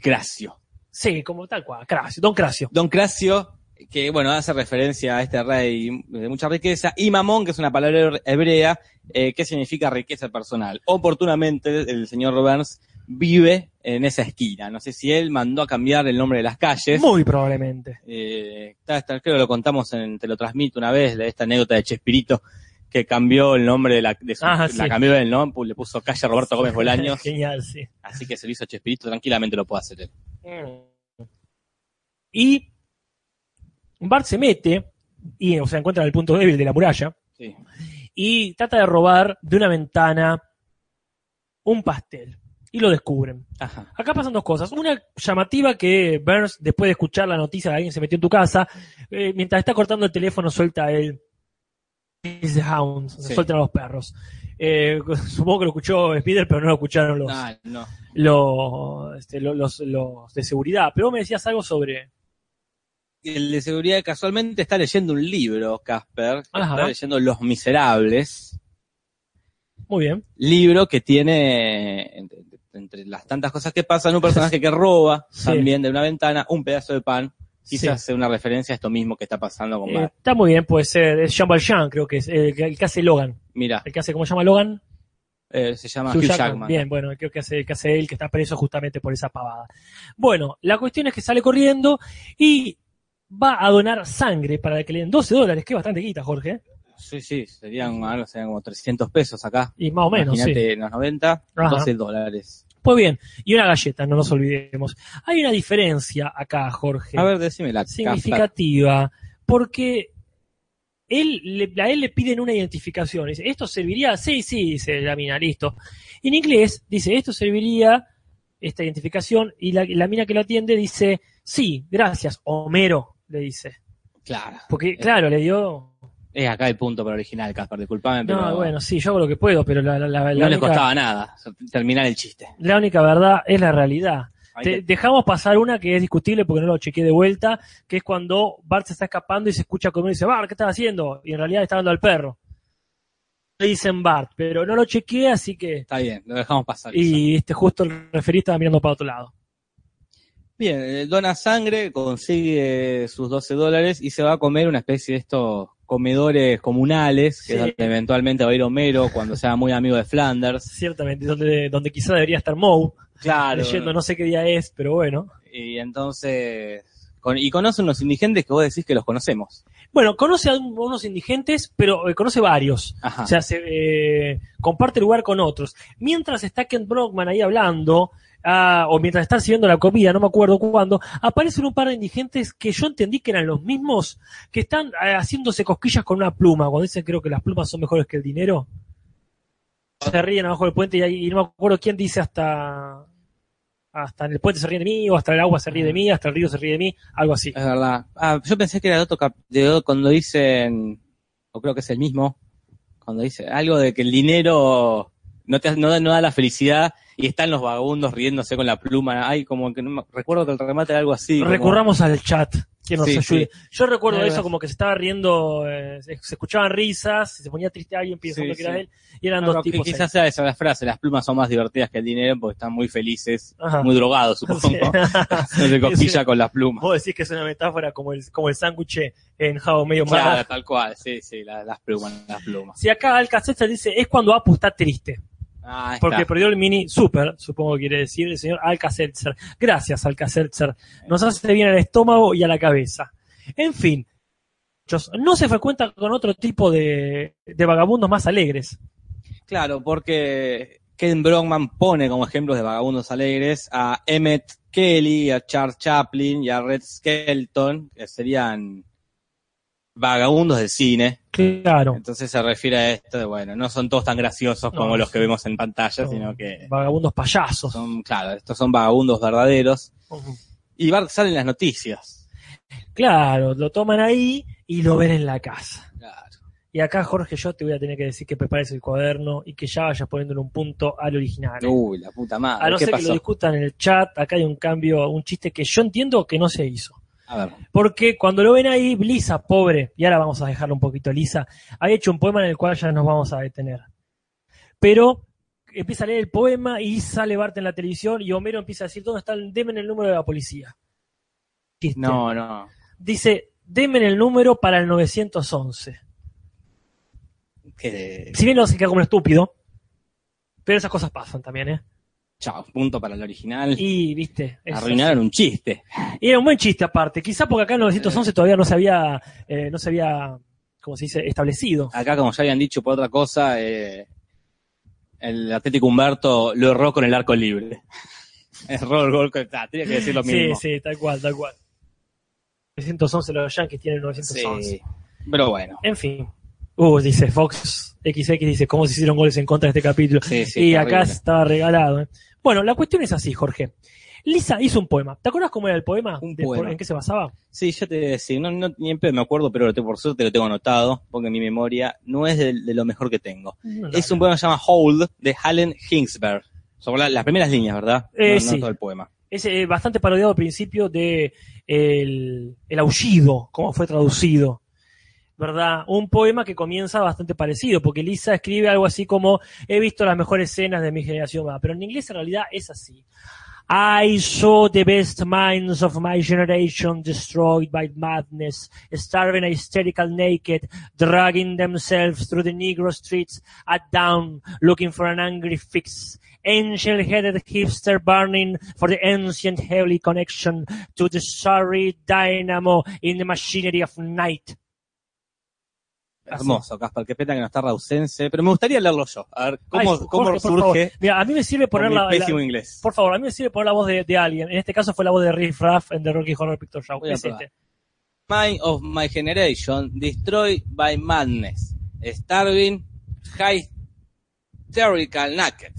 [SPEAKER 1] Cracio.
[SPEAKER 2] Sí, como tal cual, Crasio, Don Crasio.
[SPEAKER 1] Don Crasio, que bueno, hace referencia a este rey de mucha riqueza, y Mamón, que es una palabra hebrea eh, que significa riqueza personal. Oportunamente, el señor Burns vive en esa esquina. No sé si él mandó a cambiar el nombre de las calles.
[SPEAKER 2] Muy probablemente.
[SPEAKER 1] Eh, está- está- creo que lo contamos en Te lo transmito una vez, la- esta anécdota de Chespirito que cambió el nombre de la, de su-
[SPEAKER 2] Ah,
[SPEAKER 1] la
[SPEAKER 2] sí.
[SPEAKER 1] cambió el nombre, le puso calle Roberto Gómez Bolaños,
[SPEAKER 2] Genial, sí.
[SPEAKER 1] así que se lo hizo Chespirito, tranquilamente lo puede hacer él.
[SPEAKER 2] Mm. Y Bart se mete y o sea, encuentra el punto débil de la muralla
[SPEAKER 1] Sí.
[SPEAKER 2] y trata de robar de una ventana un pastel y lo descubren.
[SPEAKER 1] Ajá.
[SPEAKER 2] Acá pasan dos cosas. Una llamativa que Burns, después de escuchar la noticia de alguien se metió en tu casa, eh, mientras está cortando el teléfono, suelta el "It's the hounds,
[SPEAKER 1] Sí.
[SPEAKER 2] sueltan a los perros. Eh, supongo que lo escuchó Spider, pero no lo escucharon los,
[SPEAKER 1] Ah, no.
[SPEAKER 2] los, este, lo- los, los de seguridad. Pero vos me decías algo sobre.
[SPEAKER 1] el de seguridad casualmente está leyendo un libro, Casper, que
[SPEAKER 2] Ajá.
[SPEAKER 1] está leyendo Los Miserables,
[SPEAKER 2] Muy bien.
[SPEAKER 1] Libro que tiene, entre, entre las tantas cosas que pasan, un personaje que roba
[SPEAKER 2] Sí.
[SPEAKER 1] también de una ventana un pedazo de pan.
[SPEAKER 2] Sí.
[SPEAKER 1] Quizás sea una referencia a esto mismo que está pasando con
[SPEAKER 2] Eh,
[SPEAKER 1] Bart.
[SPEAKER 2] está muy bien, puede ser. Es Jean Valjean, creo que es. El, que- el que hace Logan.
[SPEAKER 1] Mira,
[SPEAKER 2] El que hace, ¿cómo se llama Logan?
[SPEAKER 1] eh, se llama
[SPEAKER 2] Hugh
[SPEAKER 1] Hugh
[SPEAKER 2] Jackman.
[SPEAKER 1] Jackman.
[SPEAKER 2] Bien, bueno, creo que hace, el que hace él, que está preso justamente por esa pavada. Bueno, la cuestión es que sale corriendo y va a donar sangre para que le den 12 dólares, que es bastante guita, Jorge.
[SPEAKER 1] Sí, sí, serían, algo, serían como 300 pesos acá.
[SPEAKER 2] Y más o menos, sí.
[SPEAKER 1] Imagínate en los 90,
[SPEAKER 2] Ajá.
[SPEAKER 1] 12 dólares.
[SPEAKER 2] Pues bien, y una galleta, no nos olvidemos. Hay una diferencia acá, Jorge,
[SPEAKER 1] A ver, decime la carta.
[SPEAKER 2] significativa, porque él, le- a él le piden una identificación. Dice, ¿esto serviría? Sí, sí, dice la mina, listo. En inglés dice, esto serviría, esta identificación, y la, la mina que lo atiende dice, sí, gracias, Homero, le dice.
[SPEAKER 1] Claro.
[SPEAKER 2] Porque, claro, le dio...
[SPEAKER 1] Es acá el punto para original, Casper, disculpame, pero
[SPEAKER 2] No, bueno, sí, yo hago lo que puedo, pero la, la- la- la
[SPEAKER 1] no le
[SPEAKER 2] única-
[SPEAKER 1] costaba nada terminar el chiste.
[SPEAKER 2] la única verdad es la realidad.
[SPEAKER 1] Ahí
[SPEAKER 2] Te-
[SPEAKER 1] te-
[SPEAKER 2] dejamos pasar una que es discutible porque no lo chequeé de vuelta, que es cuando Bart se está escapando y se escucha comer y dice, Bart, ¿qué estás haciendo? Y en realidad le está dando al perro. Le dicen Bart, pero no lo chequeé, así que...
[SPEAKER 1] Está bien, lo dejamos pasar. eso.
[SPEAKER 2] Y este justo el referí estaba mirando para otro lado.
[SPEAKER 1] Bien, eh, dona sangre, consigue sus 12 dólares y se va a comer una especie de estos comedores comunales, que
[SPEAKER 2] Sí.
[SPEAKER 1] es donde eventualmente va a ir Homero cuando sea muy amigo de Flanders.
[SPEAKER 2] Ciertamente, donde, donde quizá debería estar Moe,
[SPEAKER 1] Claro.
[SPEAKER 2] leyendo no sé qué día es, pero bueno.
[SPEAKER 1] Y entonces... con- y conoce unos indigentes que vos decís que los conocemos.
[SPEAKER 2] Bueno, conoce a un- unos indigentes, pero eh, conoce varios.
[SPEAKER 1] Ajá.
[SPEAKER 2] O sea, se, eh, comparte lugar con otros. Mientras está Ken Brockman ahí hablando, ah, o mientras están sirviendo la comida, no me acuerdo cuándo, aparecen un par de indigentes que yo entendí que eran los mismos que están eh, haciéndose cosquillas con una pluma. Cuando dicen creo que las plumas son mejores que el dinero, se ríen abajo del puente y, ahí- y no me acuerdo quién dice hasta. Hasta en el puente se ríe de mí, o hasta el agua se ríe de mí, hasta el río se ríe de mí, algo así.
[SPEAKER 1] Es verdad. Ah, yo pensé que era de otro cap- de otro- cuando dicen, o creo que es el mismo, cuando dice algo de que el dinero no te no, da- no da la felicidad y están los vagabundos riéndose con la pluma. Ay, como que no me- recuerdo que el remate era algo así. como-
[SPEAKER 2] Recurramos al chat que nos
[SPEAKER 1] Sí,
[SPEAKER 2] ayude. Yo recuerdo
[SPEAKER 1] Ahí
[SPEAKER 2] eso
[SPEAKER 1] vas.
[SPEAKER 2] como que se estaba riendo, eh, se, se escuchaban risas, se ponía triste alguien pensando
[SPEAKER 1] Sí,
[SPEAKER 2] que era
[SPEAKER 1] sí.
[SPEAKER 2] él, y eran
[SPEAKER 1] No,
[SPEAKER 2] dos
[SPEAKER 1] que
[SPEAKER 2] tipos. ahí.
[SPEAKER 1] quizás sea esa la frase, las plumas son más divertidas que el dinero porque están muy felices,
[SPEAKER 2] Ajá.
[SPEAKER 1] muy drogados, supongo.
[SPEAKER 2] Sí.
[SPEAKER 1] No se cosquilla con las plumas.
[SPEAKER 2] Vos decís que es una metáfora como el, como el sándwich en Jao medio
[SPEAKER 1] Claro,
[SPEAKER 2] mal.
[SPEAKER 1] tal cual, sí, sí, la- las plumas, las plumas.
[SPEAKER 2] Si acá Alcacete dice, es cuando Apu está triste,
[SPEAKER 1] Ah, ahí
[SPEAKER 2] porque
[SPEAKER 1] está.
[SPEAKER 2] perdió el mini super, supongo que quiere decir el señor Alcaceltzer. Gracias, Alcaceltzer. Nos hace bien al estómago y a la cabeza. En fin, muchos- no se frecuenta con otro tipo de- de vagabundos más alegres.
[SPEAKER 1] Claro, porque Ken Brockman pone como ejemplos de vagabundos alegres a Emmett Kelly, a Charles Chaplin y a Red Skelton, que serían vagabundos del cine.
[SPEAKER 2] Claro.
[SPEAKER 1] Entonces se refiere a esto de, bueno, no son todos tan graciosos
[SPEAKER 2] No,
[SPEAKER 1] como los que
[SPEAKER 2] sí.
[SPEAKER 1] vemos en pantalla,
[SPEAKER 2] No,
[SPEAKER 1] sino que
[SPEAKER 2] Vagabundos payasos.
[SPEAKER 1] son, claro, estos son vagabundos verdaderos.
[SPEAKER 2] Ujú.
[SPEAKER 1] Y Bart sale en las noticias.
[SPEAKER 2] Claro, lo toman ahí y lo ven en la casa.
[SPEAKER 1] Claro.
[SPEAKER 2] Y acá, Jorge, yo te voy a tener que decir que prepares el cuaderno y que ya vayas poniéndole un punto al original. ¿eh?
[SPEAKER 1] Uy, la puta madre,
[SPEAKER 2] a no
[SPEAKER 1] Uh, ¿qué
[SPEAKER 2] ser que lo
[SPEAKER 1] pasó?
[SPEAKER 2] discutan en el chat, acá hay un cambio, un chiste que yo entiendo que no se hizo.
[SPEAKER 1] A ver,
[SPEAKER 2] Porque cuando lo ven ahí, Lisa, pobre, y ahora vamos a dejarlo un poquito lisa, ha hecho un poema en el cual ya nos vamos a detener. Pero empieza a leer el poema y sale Bart en la televisión y Homero empieza a decir, ¿dónde está? el- Deme el número de la policía. Chiste.
[SPEAKER 1] no, no.
[SPEAKER 2] Dice, deme el número para el 911.
[SPEAKER 1] Que...
[SPEAKER 2] Si bien no se queda como un estúpido, pero esas cosas pasan también, ¿eh?
[SPEAKER 1] Chao, punto para el original.
[SPEAKER 2] Y, viste, es
[SPEAKER 1] Arruinaron un chiste.
[SPEAKER 2] así. Y era un buen chiste aparte, quizá porque acá en el 911 todavía no se había, eh, no se había, como se dice, establecido.
[SPEAKER 1] acá, como ya habían dicho por otra cosa, eh, el Atlético Humberto lo erró con el arco libre. Erró el gol, con- ah, tenía que decir lo
[SPEAKER 2] Sí,
[SPEAKER 1] mismo.
[SPEAKER 2] sí, tal cual, tal cual. 911, los Yankees tienen 911.
[SPEAKER 1] Sí. Pero bueno.
[SPEAKER 2] En fin. Uh, dice Fox XX, dice, ¿cómo se hicieron goles en contra de este capítulo?
[SPEAKER 1] Sí, sí,
[SPEAKER 2] y
[SPEAKER 1] terrible.
[SPEAKER 2] acá estaba regalado. ¿eh? Bueno, la cuestión es así, Jorge. Lisa hizo un poema. ¿Te acuerdas cómo era el poema?
[SPEAKER 1] Un
[SPEAKER 2] De- por-
[SPEAKER 1] poema.
[SPEAKER 2] ¿En qué se basaba?
[SPEAKER 1] Sí, yo te voy a decir, no, no, ni en pedo me acuerdo, pero lo tengo- por suerte lo tengo anotado, porque mi memoria no es de, de lo mejor que tengo. es un poema que se llama Hold, de Allen Hinsberg. Sobre la- las primeras líneas, ¿verdad?
[SPEAKER 2] Eh,
[SPEAKER 1] no,
[SPEAKER 2] sí.
[SPEAKER 1] no todo el poema.
[SPEAKER 2] Es eh, bastante parodiado al principio de el, el aullido, cómo fue traducido. ¿verdad? Un poema que comienza bastante parecido, porque Lisa escribe algo así como, he visto las mejores escenas de mi generación, ¿verdad? pero en inglés en realidad es así. I saw the best minds of my generation destroyed by madness, starving hysterical naked, dragging themselves through the Negro streets at dawn, looking for an angry fix. Angel-headed hipster burning for the ancient heavenly connection to the sorry dynamo in the machinery of night.
[SPEAKER 1] Hermoso, Caspar, qué pena que no está Rausense, pero me gustaría leerlo yo, a ver
[SPEAKER 2] Ay,
[SPEAKER 1] cómo,
[SPEAKER 2] Jorge,
[SPEAKER 1] cómo
[SPEAKER 2] por
[SPEAKER 1] surge
[SPEAKER 2] favor. Mira, a mí me sirve poner
[SPEAKER 1] con mi
[SPEAKER 2] la, la-
[SPEAKER 1] pésimo inglés.
[SPEAKER 2] Por favor, a mí me sirve poner la voz de, de alguien. En este caso fue la voz de Riff Raff en The Rocky Horror Picture Show.
[SPEAKER 1] Voy a
[SPEAKER 2] Es
[SPEAKER 1] probar.
[SPEAKER 2] este.
[SPEAKER 1] Mind of my generation, destroyed by madness, starving, hysterical naked,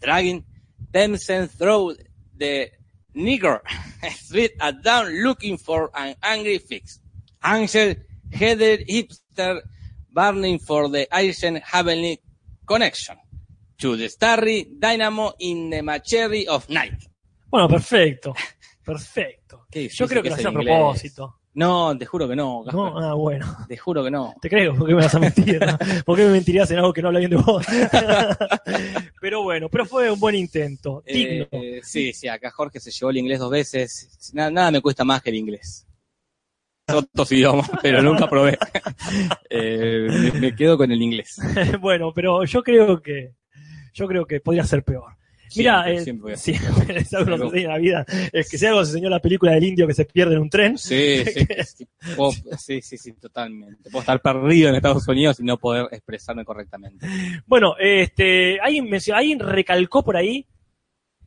[SPEAKER 1] dragging themselves through the nigger street at down looking for an angry fix. Angel headed hipster burning for the ancient heavenly connection to the starry dynamo in the machinery of night.
[SPEAKER 2] Bueno, perfecto. Perfecto.
[SPEAKER 1] Qué
[SPEAKER 2] Yo
[SPEAKER 1] difícil
[SPEAKER 2] creo que,
[SPEAKER 1] es
[SPEAKER 2] lo hacía a
[SPEAKER 1] el inglés.
[SPEAKER 2] propósito.
[SPEAKER 1] No, te juro que no,
[SPEAKER 2] ¿No?
[SPEAKER 1] Gaspar.
[SPEAKER 2] Ah, bueno.
[SPEAKER 1] Te juro que no.
[SPEAKER 2] Te creo, ¿por qué me vas a mentir? no? ¿Por qué me mentirías en algo que no habla bien de vos? pero bueno, pero fue un buen intento. Digno.
[SPEAKER 1] Eh, sí, sí, acá Jorge se llevó el inglés dos veces. Nada, nada me cuesta más que el inglés. Otros idiomas, pero nunca probé. Eh, me, me quedo con el inglés.
[SPEAKER 2] bueno, pero yo creo que yo creo que podría ser peor. Mira,
[SPEAKER 1] Siempre,
[SPEAKER 2] eh,
[SPEAKER 1] siempre voy a-
[SPEAKER 2] sí, es algo que nos enseña la vida. Es que si algo se enseñó en la película del indio que se pierde en un tren,
[SPEAKER 1] Sí, sí, sí, Puedo- sí, sí, sí, totalmente. Puedo estar perdido en Estados Unidos y no poder expresarme correctamente.
[SPEAKER 2] Bueno, este, alguien, mencio- alguien recalcó por ahí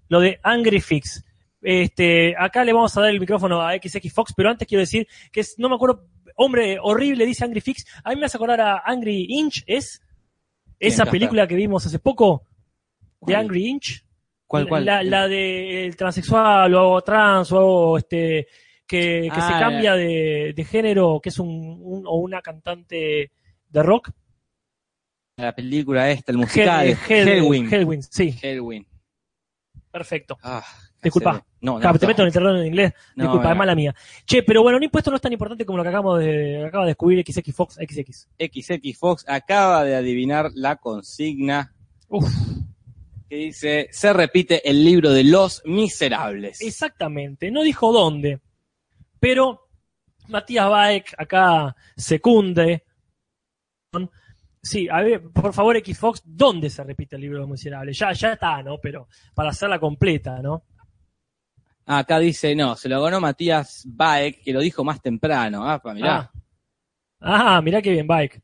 [SPEAKER 2] lo de Angry Fix. Este, acá le vamos a dar el micrófono a XX Fox, pero antes quiero decir que es, no me acuerdo, hombre horrible dice Angry Fix. A mí me hace acordar a Angry Inch, ¿es? Esa
[SPEAKER 1] Bien,
[SPEAKER 2] película que vimos hace poco de
[SPEAKER 1] ¿Cuál?
[SPEAKER 2] Angry Inch.
[SPEAKER 1] ¿Cuál, cuál?
[SPEAKER 2] La, la de el transexual o trans o este, que, que se
[SPEAKER 1] Ah,
[SPEAKER 2] cambia de, de género, que es un, un- o una cantante de rock.
[SPEAKER 1] La película esta, el
[SPEAKER 2] Hel-
[SPEAKER 1] musical.
[SPEAKER 2] Hel-
[SPEAKER 1] Hellwing.
[SPEAKER 2] Hellwing, sí.
[SPEAKER 1] Hellwing.
[SPEAKER 2] Perfecto.
[SPEAKER 1] Ah,
[SPEAKER 2] Disculpa.
[SPEAKER 1] hace- No, no,
[SPEAKER 2] Claro, te
[SPEAKER 1] no.
[SPEAKER 2] meto en el terreno en inglés.
[SPEAKER 1] No,
[SPEAKER 2] Disculpa,
[SPEAKER 1] no.
[SPEAKER 2] es mala mía. Che, pero bueno, un impuesto no es tan importante como lo que acabamos de, acaba de descubrir XX Fox XX.
[SPEAKER 1] XX Fox acaba de adivinar la consigna
[SPEAKER 2] Uf,
[SPEAKER 1] que dice, se repite el libro de los miserables.
[SPEAKER 2] exactamente. No dijo dónde. Pero Matías Baek acá secunde. Sí, a ver, por favor, Xbox, ¿dónde se repite el libro de los miserables? Ya, ya está, ¿no? Pero para hacerla completa, ¿no?
[SPEAKER 1] Acá dice, no, se lo ganó Matías Baek, que lo dijo más temprano. Ah, pa, mirá.
[SPEAKER 2] Ah, ah, mirá qué bien, Baek.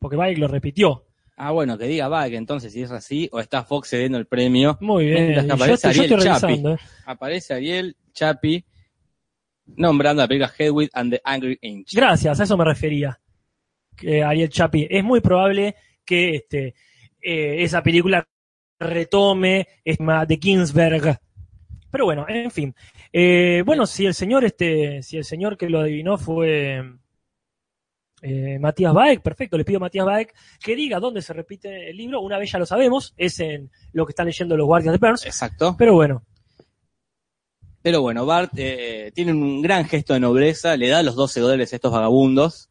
[SPEAKER 2] Porque Baek lo repitió.
[SPEAKER 1] Ah, bueno, que diga Baek entonces si es así, o está Fox cediendo el premio.
[SPEAKER 2] Muy bien.
[SPEAKER 1] Mientras que
[SPEAKER 2] Yo,
[SPEAKER 1] aparece
[SPEAKER 2] estoy- yo
[SPEAKER 1] Ariel
[SPEAKER 2] estoy
[SPEAKER 1] Chapi.
[SPEAKER 2] revisando, ¿eh?
[SPEAKER 1] Aparece Ariel Chapi nombrando la película Hedwig and the Angry Inch.
[SPEAKER 2] Gracias, a eso me refería, que Ariel Chapi. Es muy probable que este, eh, esa película retome es más, de Ginsberg. Pero bueno, en fin. Eh, bueno, si el señor este, si el señor que lo adivinó fue eh, Matías Baek, perfecto, le pido a Matías Baek que diga dónde se repite el libro. Una vez ya lo sabemos, es en lo que están leyendo los guardias de Burns.
[SPEAKER 1] Exacto.
[SPEAKER 2] Pero bueno,
[SPEAKER 1] Pero bueno, Bart eh, tiene un gran gesto de nobleza, le da los 12 dólares a estos vagabundos,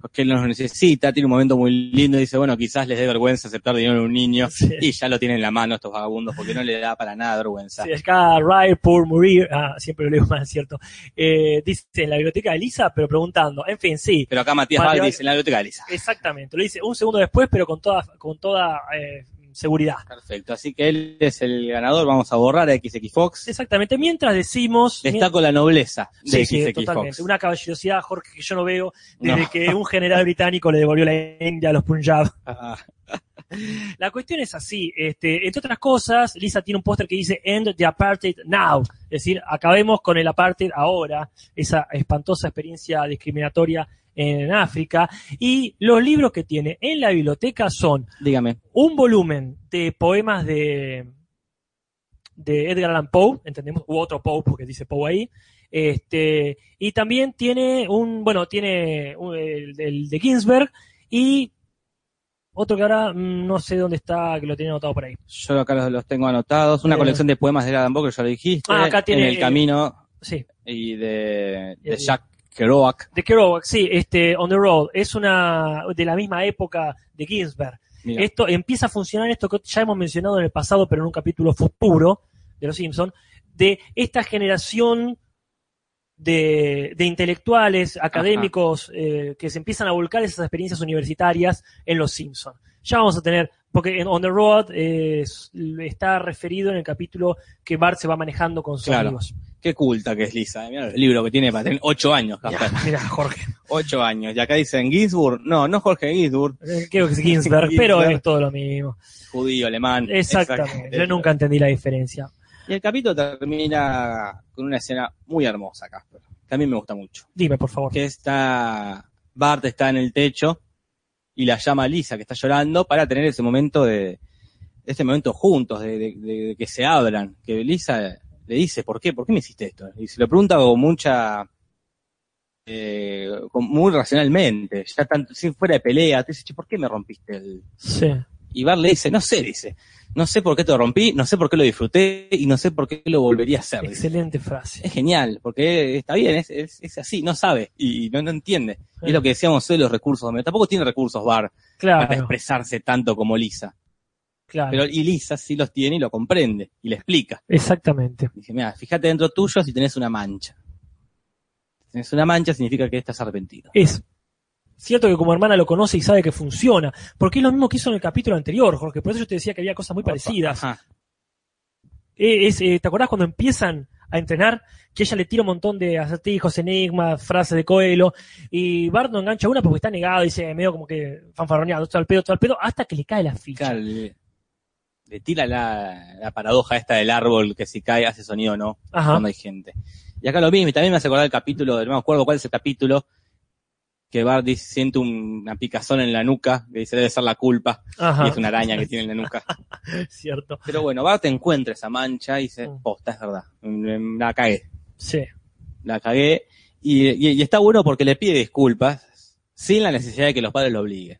[SPEAKER 1] porque él los necesita, tiene un momento muy lindo y dice, bueno, quizás les dé vergüenza aceptar dinero de un niño,
[SPEAKER 2] Sí.
[SPEAKER 1] y ya lo tiene en la mano estos vagabundos, porque no le da para nada vergüenza.
[SPEAKER 2] Sí, acá Ride por morir, ah, siempre lo leo mal, cierto. Eh, dice en la biblioteca de Lisa, pero preguntando. En fin, sí,
[SPEAKER 1] Pero acá Matías
[SPEAKER 2] Matías-
[SPEAKER 1] Bart dice, en la biblioteca de Lisa.
[SPEAKER 2] exactamente. Lo dice un segundo después, pero con toda, con toda eh, seguridad.
[SPEAKER 1] Perfecto, así que él es el ganador, vamos a borrar a XX Fox.
[SPEAKER 2] Exactamente. Mientras decimos.
[SPEAKER 1] Destaco la nobleza de
[SPEAKER 2] Sí, sí,
[SPEAKER 1] XX
[SPEAKER 2] totalmente.
[SPEAKER 1] Fox.
[SPEAKER 2] Una caballerosidad, Jorge, que yo no veo desde
[SPEAKER 1] No.
[SPEAKER 2] que un general británico le devolvió la India a los Punjab.
[SPEAKER 1] Ah,
[SPEAKER 2] La cuestión es así, este, entre otras cosas, Lisa tiene un póster que dice End the Apartheid Now, es decir, acabemos con el apartheid ahora, esa espantosa experiencia discriminatoria en África, y los libros que tiene en la biblioteca son
[SPEAKER 1] dígame.
[SPEAKER 2] un volumen de poemas de, de Edgar Allan Poe, entendemos, u otro Poe, porque dice Poe ahí, este, y también tiene un, bueno, tiene un- el, el de Ginsberg y otro que ahora mm, no sé dónde está, que lo tiene anotado por ahí.
[SPEAKER 1] Yo acá los, los tengo anotados. Una
[SPEAKER 2] Eh.
[SPEAKER 1] colección de poemas de Adam Booker, ya lo dijiste.
[SPEAKER 2] Ah, acá tiene,
[SPEAKER 1] en el
[SPEAKER 2] eh,
[SPEAKER 1] camino
[SPEAKER 2] Sí,
[SPEAKER 1] y de, de
[SPEAKER 2] El-
[SPEAKER 1] Jack Kerouac.
[SPEAKER 2] De Kerouac, sí, este, On the Road, es una de la misma época de Ginsberg.
[SPEAKER 1] Mira,
[SPEAKER 2] Esto empieza a funcionar esto que ya hemos mencionado en el pasado, pero en un capítulo futuro de Los Simpson, de esta generación de, de intelectuales, académicos, eh, que se empiezan a volcar esas experiencias universitarias en Los Simpson. Ya vamos a tener, porque en On the Road eh, es- está referido en el capítulo que Bart se va manejando con sus
[SPEAKER 1] Claro.
[SPEAKER 2] amigos.
[SPEAKER 1] qué culta que es Lisa. eh. Mirá el libro que tiene para tener ocho años, Casper.
[SPEAKER 2] Mira, Jorge,
[SPEAKER 1] Ocho años. Y acá dicen Ginsburg. No, no Jorge Ginsburg.
[SPEAKER 2] eh, creo que es Ginsberg, pero
[SPEAKER 1] Ginsberg.
[SPEAKER 2] es todo lo mismo.
[SPEAKER 1] Judío, alemán.
[SPEAKER 2] Exactamente, yo nunca entendí la diferencia.
[SPEAKER 1] Y el capítulo termina con una escena muy hermosa, Casper. Que a mí me gusta mucho.
[SPEAKER 2] Dime, por favor.
[SPEAKER 1] Que está. Bart está en el techo y la llama Lisa, que está llorando, para tener ese momento de. Este momento juntos, de, de- de- de que se hablan. Que Lisa le dice, ¿por qué? ¿Por qué me hiciste esto? Y se lo pregunta con mucha. eh, con- muy racionalmente, ya tan, sin fuera de pelea, te dice, "Che, ¿por qué me rompiste el,
[SPEAKER 2] Sí.
[SPEAKER 1] Y Bart le dice, no sé, dice, no sé por qué te rompí, no sé por qué lo disfruté y no sé por qué lo volvería a hacer. dice.
[SPEAKER 2] Excelente frase.
[SPEAKER 1] Es genial, porque está bien, es, es- es así, no sabe y, y no, no entiende. Y es lo que decíamos hoy de los recursos. hombre. Tampoco tiene recursos Bart para
[SPEAKER 2] Claro,
[SPEAKER 1] expresarse tanto como Lisa.
[SPEAKER 2] claro.
[SPEAKER 1] Pero y Lisa sí los tiene y lo comprende y le explica.
[SPEAKER 2] Exactamente.
[SPEAKER 1] Dice, mira, fíjate dentro tuyo si tenés una mancha. Si tenés una mancha significa que estás arrepentido.
[SPEAKER 2] Es cierto que como hermana lo conoce y sabe que funciona, porque es lo mismo que hizo en el capítulo anterior, Jorge. Por eso yo te decía que había cosas muy parecidas.
[SPEAKER 1] Ajá.
[SPEAKER 2] Eh, es, eh, ¿Te acordás cuando empiezan a entrenar que ella le tira un montón de acertijos, enigmas, frases de Coelho y Bart no engancha una porque está negado, dice medio como que fanfarroneado, todo al pedo, todo al pedo, hasta que le cae la ficha.
[SPEAKER 1] Claro, le, le tira la, la paradoja esta del árbol que si cae hace sonido o no.
[SPEAKER 2] Ajá.
[SPEAKER 1] cuando hay gente. Y acá lo mismo, y también me hace acordar el capítulo, no me acuerdo cuál es el capítulo, que Bart dice, siente un- una picazón en la nuca, que dice debe ser la culpa, y
[SPEAKER 2] Ajá.
[SPEAKER 1] es una araña que tiene en la nuca.
[SPEAKER 2] Cierto.
[SPEAKER 1] Pero bueno, Bart encuentra esa mancha y dice,
[SPEAKER 2] Mm.
[SPEAKER 1] posta, es verdad, mm, la cagué,
[SPEAKER 2] Sí.
[SPEAKER 1] la cagué. Y, y- y está bueno porque le pide disculpas sin la necesidad de que los padres lo obliguen.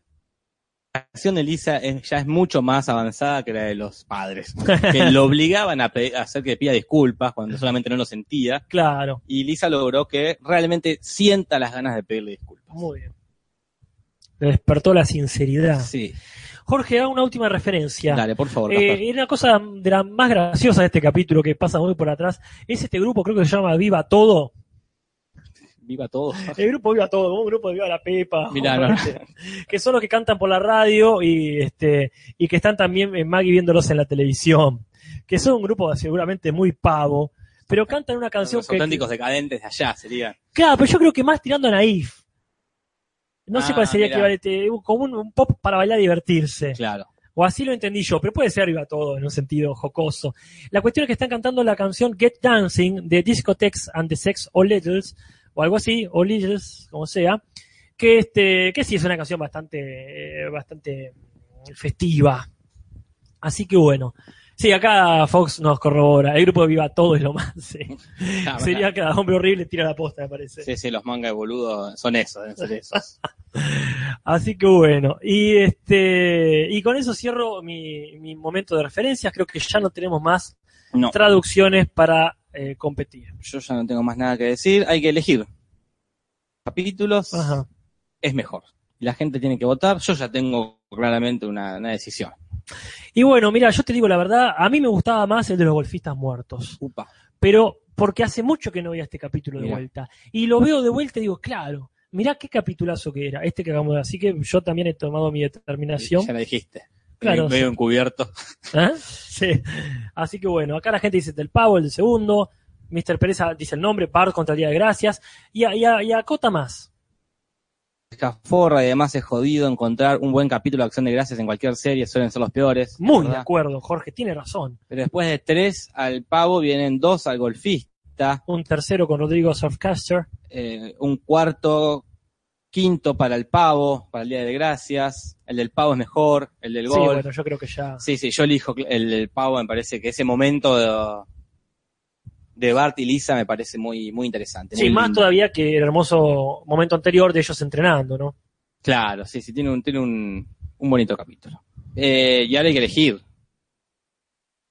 [SPEAKER 1] La acción de Lisa es- ya es mucho más avanzada que la de los padres, que lo obligaban a, pe- a hacer que pida disculpas cuando solamente no lo sentía
[SPEAKER 2] Claro.
[SPEAKER 1] y Lisa logró que realmente sienta las ganas de pedirle disculpas.
[SPEAKER 2] Muy bien. Le despertó la sinceridad.
[SPEAKER 1] Sí,
[SPEAKER 2] Jorge, haga una última referencia.
[SPEAKER 1] dale, por favor.
[SPEAKER 2] Eh,
[SPEAKER 1] Gaspar.
[SPEAKER 2] y una cosa de la más graciosa de este capítulo que pasa muy por atrás es este grupo, creo que se llama Viva Todo.
[SPEAKER 1] Viva todo.
[SPEAKER 2] El grupo Viva Todo, un grupo de Viva la Pepa.
[SPEAKER 1] Mirá, no, no.
[SPEAKER 2] Que son los que cantan por la radio y, este, y que están también en Maggie viéndolos en la televisión. Que son un grupo seguramente muy pavo, pero cantan una canción
[SPEAKER 1] Los
[SPEAKER 2] que.
[SPEAKER 1] auténticos decadentes de allá sería.
[SPEAKER 2] Claro, pero yo creo que más tirando a Naif. No sé
[SPEAKER 1] Ah,
[SPEAKER 2] cuál sería
[SPEAKER 1] mirá.
[SPEAKER 2] equivalente, un- como un, un pop para bailar y divertirse.
[SPEAKER 1] Claro.
[SPEAKER 2] O así lo entendí yo, pero puede ser iba todo en un sentido jocoso. La cuestión es que están cantando la canción Get Dancing de Discotheques and the Sex O Littles, o algo así, O Littles, como sea, que este, que sí es una canción bastante, eh, bastante festiva. Así que bueno. Sí, acá Fox nos corrobora. El grupo de Viva Todo es lo más. sí.
[SPEAKER 1] Ah,
[SPEAKER 2] Sería cada hombre horrible tira la posta, me parece.
[SPEAKER 1] Sí, sí, los mangas de boludo son esos, deben ser esos.
[SPEAKER 2] Así que bueno, y este y con eso cierro mi, mi momento de referencias. Creo que ya no tenemos más
[SPEAKER 1] No,
[SPEAKER 2] traducciones para eh, competir.
[SPEAKER 1] yo ya no tengo más nada que decir. Hay que elegir. Capítulos
[SPEAKER 2] Ajá.
[SPEAKER 1] es mejor. Y La gente tiene que votar. Yo ya tengo claramente una, una decisión.
[SPEAKER 2] Y bueno, mira, yo te digo la verdad, a mí me gustaba más el de los golfistas muertos,
[SPEAKER 1] Upa.
[SPEAKER 2] pero porque hace mucho que no veía este capítulo de
[SPEAKER 1] Mirá.
[SPEAKER 2] vuelta. Y lo veo de vuelta y digo, claro, mirá qué capitulazo que era, este que acabamos de... Así que yo también he tomado mi determinación.
[SPEAKER 1] Ya la dijiste.
[SPEAKER 2] Claro,
[SPEAKER 1] Medio
[SPEAKER 2] sí.
[SPEAKER 1] encubierto.
[SPEAKER 2] ¿Ah? Sí. Así que bueno, acá la gente dice del pavo, el del segundo. Mr. Pérez dice el nombre, Bart contra el Día de Gracias. Y, a- y a- y acota más.
[SPEAKER 1] Escaforra y además es jodido encontrar un buen capítulo de Acción de Gracias en cualquier serie, suelen ser los peores.
[SPEAKER 2] Muy de
[SPEAKER 1] ¿verdad?
[SPEAKER 2] acuerdo, Jorge, tiene razón.
[SPEAKER 1] Pero después de tres al pavo vienen dos al golfista,
[SPEAKER 2] Un tercero con Rodrigo Surfcaster.
[SPEAKER 1] eh, un cuarto, quinto para el pavo, para el Día de Gracias. El del pavo es mejor, el del
[SPEAKER 2] Sí,
[SPEAKER 1] gol.
[SPEAKER 2] bueno, yo creo que ya.
[SPEAKER 1] Sí, sí, yo elijo cl- el del pavo, me parece que ese momento de, de Bart y Lisa me parece muy, muy interesante.
[SPEAKER 2] Sí,
[SPEAKER 1] muy
[SPEAKER 2] más
[SPEAKER 1] lindo.
[SPEAKER 2] todavía que el hermoso momento anterior de ellos entrenando, ¿no?
[SPEAKER 1] Claro, sí, sí, tiene un, tiene un, un bonito capítulo. Eh, y ahora hay que elegir.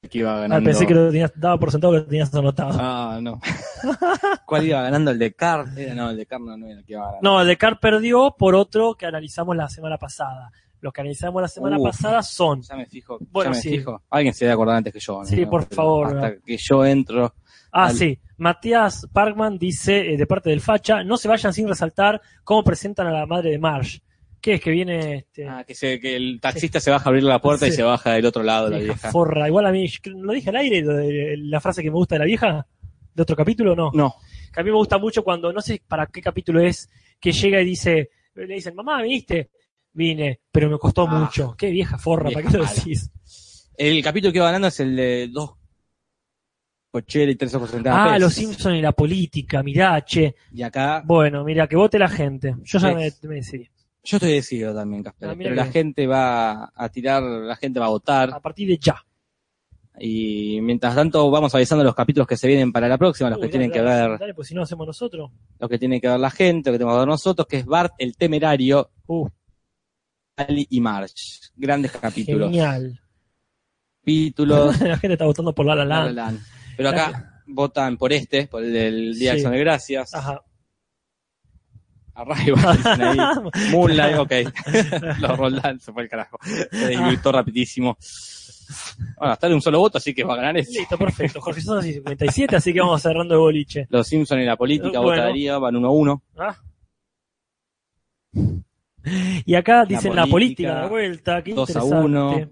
[SPEAKER 1] que iba
[SPEAKER 2] Ah,
[SPEAKER 1] ganando.
[SPEAKER 2] pensé que lo tenías, daba por sentado que lo tenías anotado.
[SPEAKER 1] Ah, no. ¿Cuál iba ganando? ¿El de Card? Era- No, el de Card no, no era el que iba ganando.
[SPEAKER 2] No, el de Carr perdió por otro que analizamos la semana pasada. Los que analizamos la semana
[SPEAKER 1] Uf.
[SPEAKER 2] pasada son.
[SPEAKER 1] Ya me fijo.
[SPEAKER 2] Bueno,
[SPEAKER 1] ya me
[SPEAKER 2] sí.
[SPEAKER 1] fijo. Alguien se debe acordar antes que yo. ¿no?
[SPEAKER 2] Sí, por
[SPEAKER 1] Pero
[SPEAKER 2] favor,
[SPEAKER 1] Hasta
[SPEAKER 2] ¿verdad?
[SPEAKER 1] que yo entro.
[SPEAKER 2] Ah,
[SPEAKER 1] Dale.
[SPEAKER 2] sí. Matías Parkman dice, eh, de parte del Facha, no se vayan sin resaltar cómo presentan a la madre de Marsh. ¿Qué es que viene este,
[SPEAKER 1] Ah, que, se- que el taxista se baja a abrir la puerta y
[SPEAKER 2] Sí.
[SPEAKER 1] se baja del otro lado la
[SPEAKER 2] vieja
[SPEAKER 1] vieja.
[SPEAKER 2] forra? Igual a mí, ¿lo dije al aire lo de- la frase que me gusta de la vieja? ¿De otro capítulo o no?
[SPEAKER 1] No.
[SPEAKER 2] Que a mí me gusta mucho cuando, no sé para qué capítulo es, que llega y dice, le dicen, mamá, viniste. Vine, pero me costó
[SPEAKER 1] Ah.
[SPEAKER 2] mucho. Qué vieja forra,
[SPEAKER 1] Vieja
[SPEAKER 2] ¿para qué lo
[SPEAKER 1] mala.
[SPEAKER 2] decís?
[SPEAKER 1] El capítulo que iba ganando es el de dos cocheras y tres ojos sentadas.
[SPEAKER 2] Ah,
[SPEAKER 1] Pérez.
[SPEAKER 2] los Simpsons y la política, mirá, che.
[SPEAKER 1] Y acá,
[SPEAKER 2] Bueno, mira, que vote la gente. Yo ya me,
[SPEAKER 1] Ves.
[SPEAKER 2] me decidí.
[SPEAKER 1] yo estoy decidido también, Casper.
[SPEAKER 2] Ah, mira Ah.
[SPEAKER 1] pero
[SPEAKER 2] que-
[SPEAKER 1] la gente va a tirar, la gente va a votar.
[SPEAKER 2] A partir de ya.
[SPEAKER 1] Y mientras tanto, vamos avisando los capítulos que se vienen para la próxima, los
[SPEAKER 2] Uy,
[SPEAKER 1] que tienen
[SPEAKER 2] dale,
[SPEAKER 1] que
[SPEAKER 2] dale,
[SPEAKER 1] ver,
[SPEAKER 2] Dale, pues si no hacemos nosotros.
[SPEAKER 1] los que tienen que ver la gente, los que tenemos que ver nosotros, que es Bart el Temerario,
[SPEAKER 2] Uh,
[SPEAKER 1] Ali y March. Grandes capítulos.
[SPEAKER 2] genial.
[SPEAKER 1] Capítulos.
[SPEAKER 2] La gente está votando por La La Land.
[SPEAKER 1] La- la- Pero acá votan por este, por el del Día de
[SPEAKER 2] Sí.
[SPEAKER 1] Acción de Gracias.
[SPEAKER 2] Ajá.
[SPEAKER 1] Arriba, dicen ahí. Moonlight, ok. Los Roldán se fue el carajo. Se diluyó rapidísimo. Bueno, está de un solo voto, así que va a ganar este.
[SPEAKER 2] Listo, perfecto. Jorge Sosa sí, 57, así que vamos cerrando el boliche.
[SPEAKER 1] Los Simpson y la política,
[SPEAKER 2] Bueno.
[SPEAKER 1] vota Darío, van uno a uno.
[SPEAKER 2] Ah. Y acá dicen la
[SPEAKER 1] política,
[SPEAKER 2] política de vuelta. Qué
[SPEAKER 1] Dos a
[SPEAKER 2] interesante.
[SPEAKER 1] uno.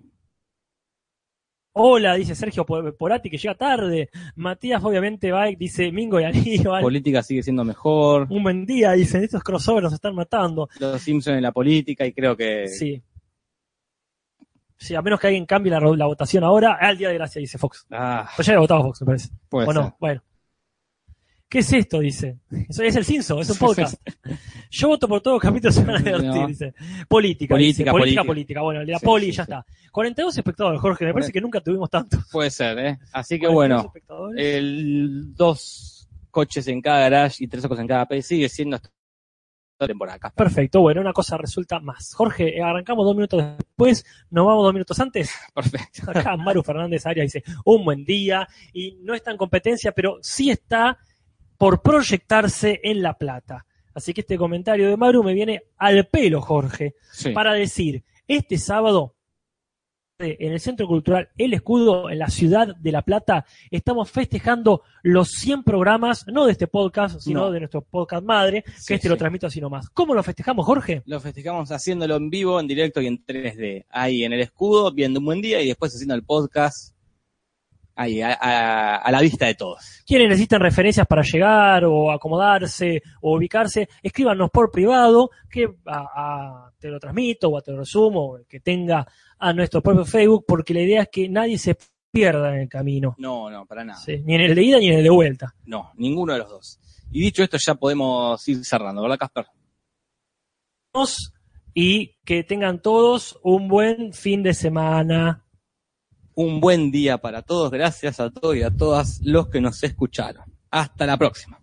[SPEAKER 2] Hola, dice Sergio Po- Porati, que llega tarde. Matías, obviamente, va y dice Mingo y Aníbal.
[SPEAKER 1] Política sigue siendo mejor.
[SPEAKER 2] Un buen día, dicen. Estos crossovers nos están matando.
[SPEAKER 1] Los Simpson en la política y creo que
[SPEAKER 2] Sí. Sí, a menos que alguien cambie la, ro- la votación ahora. Al día de gracia, dice Fox.
[SPEAKER 1] ah,
[SPEAKER 2] Pero ya había votado Fox, me parece.
[SPEAKER 1] puede
[SPEAKER 2] o no,
[SPEAKER 1] ser.
[SPEAKER 2] bueno. ¿Qué es esto? Dice. Eso es el Cinso, es un podcast. Yo voto por todos los capítulos, se van a divertir,
[SPEAKER 1] No.
[SPEAKER 2] dice. Política, dice.
[SPEAKER 1] Política,
[SPEAKER 2] política,
[SPEAKER 1] política.
[SPEAKER 2] política. Bueno, la
[SPEAKER 1] Sí,
[SPEAKER 2] poli,
[SPEAKER 1] sí,
[SPEAKER 2] ya
[SPEAKER 1] sí.
[SPEAKER 2] está. 42 espectadores, Jorge, me parece que nunca tuvimos tantos.
[SPEAKER 1] Puede ser, ¿eh? Así que
[SPEAKER 2] 42
[SPEAKER 1] bueno, Eh.
[SPEAKER 2] espectadores.
[SPEAKER 1] el dos coches en cada garage y tres ojos en cada país sigue siendo esta temporada. Casper.
[SPEAKER 2] Perfecto, bueno, una cosa resulta más. Jorge, eh, arrancamos dos minutos después, nos vamos dos minutos antes.
[SPEAKER 1] Perfecto.
[SPEAKER 2] Acá Maru Fernández Arias dice, un buen día, y no está en competencia, pero sí está por proyectarse en La Plata. Así que este comentario de Maru me viene al pelo, Jorge,
[SPEAKER 1] Sí.
[SPEAKER 2] para decir, este sábado, eh, en el Centro Cultural El Escudo, en la ciudad de La Plata, estamos festejando los 100 programas, no de este podcast, sino
[SPEAKER 1] No.
[SPEAKER 2] de nuestro podcast madre, que
[SPEAKER 1] Sí,
[SPEAKER 2] este lo
[SPEAKER 1] sí.
[SPEAKER 2] transmito así nomás. ¿Cómo lo festejamos, Jorge?
[SPEAKER 1] Lo festejamos haciéndolo en vivo, en directo y en 3D. Ahí en el escudo, viendo un buen día y después haciendo el podcast. Ahí, a, a- a la vista de todos.
[SPEAKER 2] quienes necesitan referencias para llegar o acomodarse o ubicarse, escríbanos por privado que a- a- te lo transmito o a te lo resumo, o el que tenga a nuestro propio Facebook, porque la idea es que nadie se pierda en el camino,
[SPEAKER 1] No, no, para nada.
[SPEAKER 2] ¿sí? ni en el de ida ni en el de vuelta.
[SPEAKER 1] No, ninguno de los dos. Y dicho esto, ya podemos ir cerrando, ¿verdad, Casper?
[SPEAKER 2] Nos- Y que tengan todos un buen fin de semana.
[SPEAKER 1] Un buen día para todos. Gracias a todos y a todas los que nos escucharon. Hasta la próxima.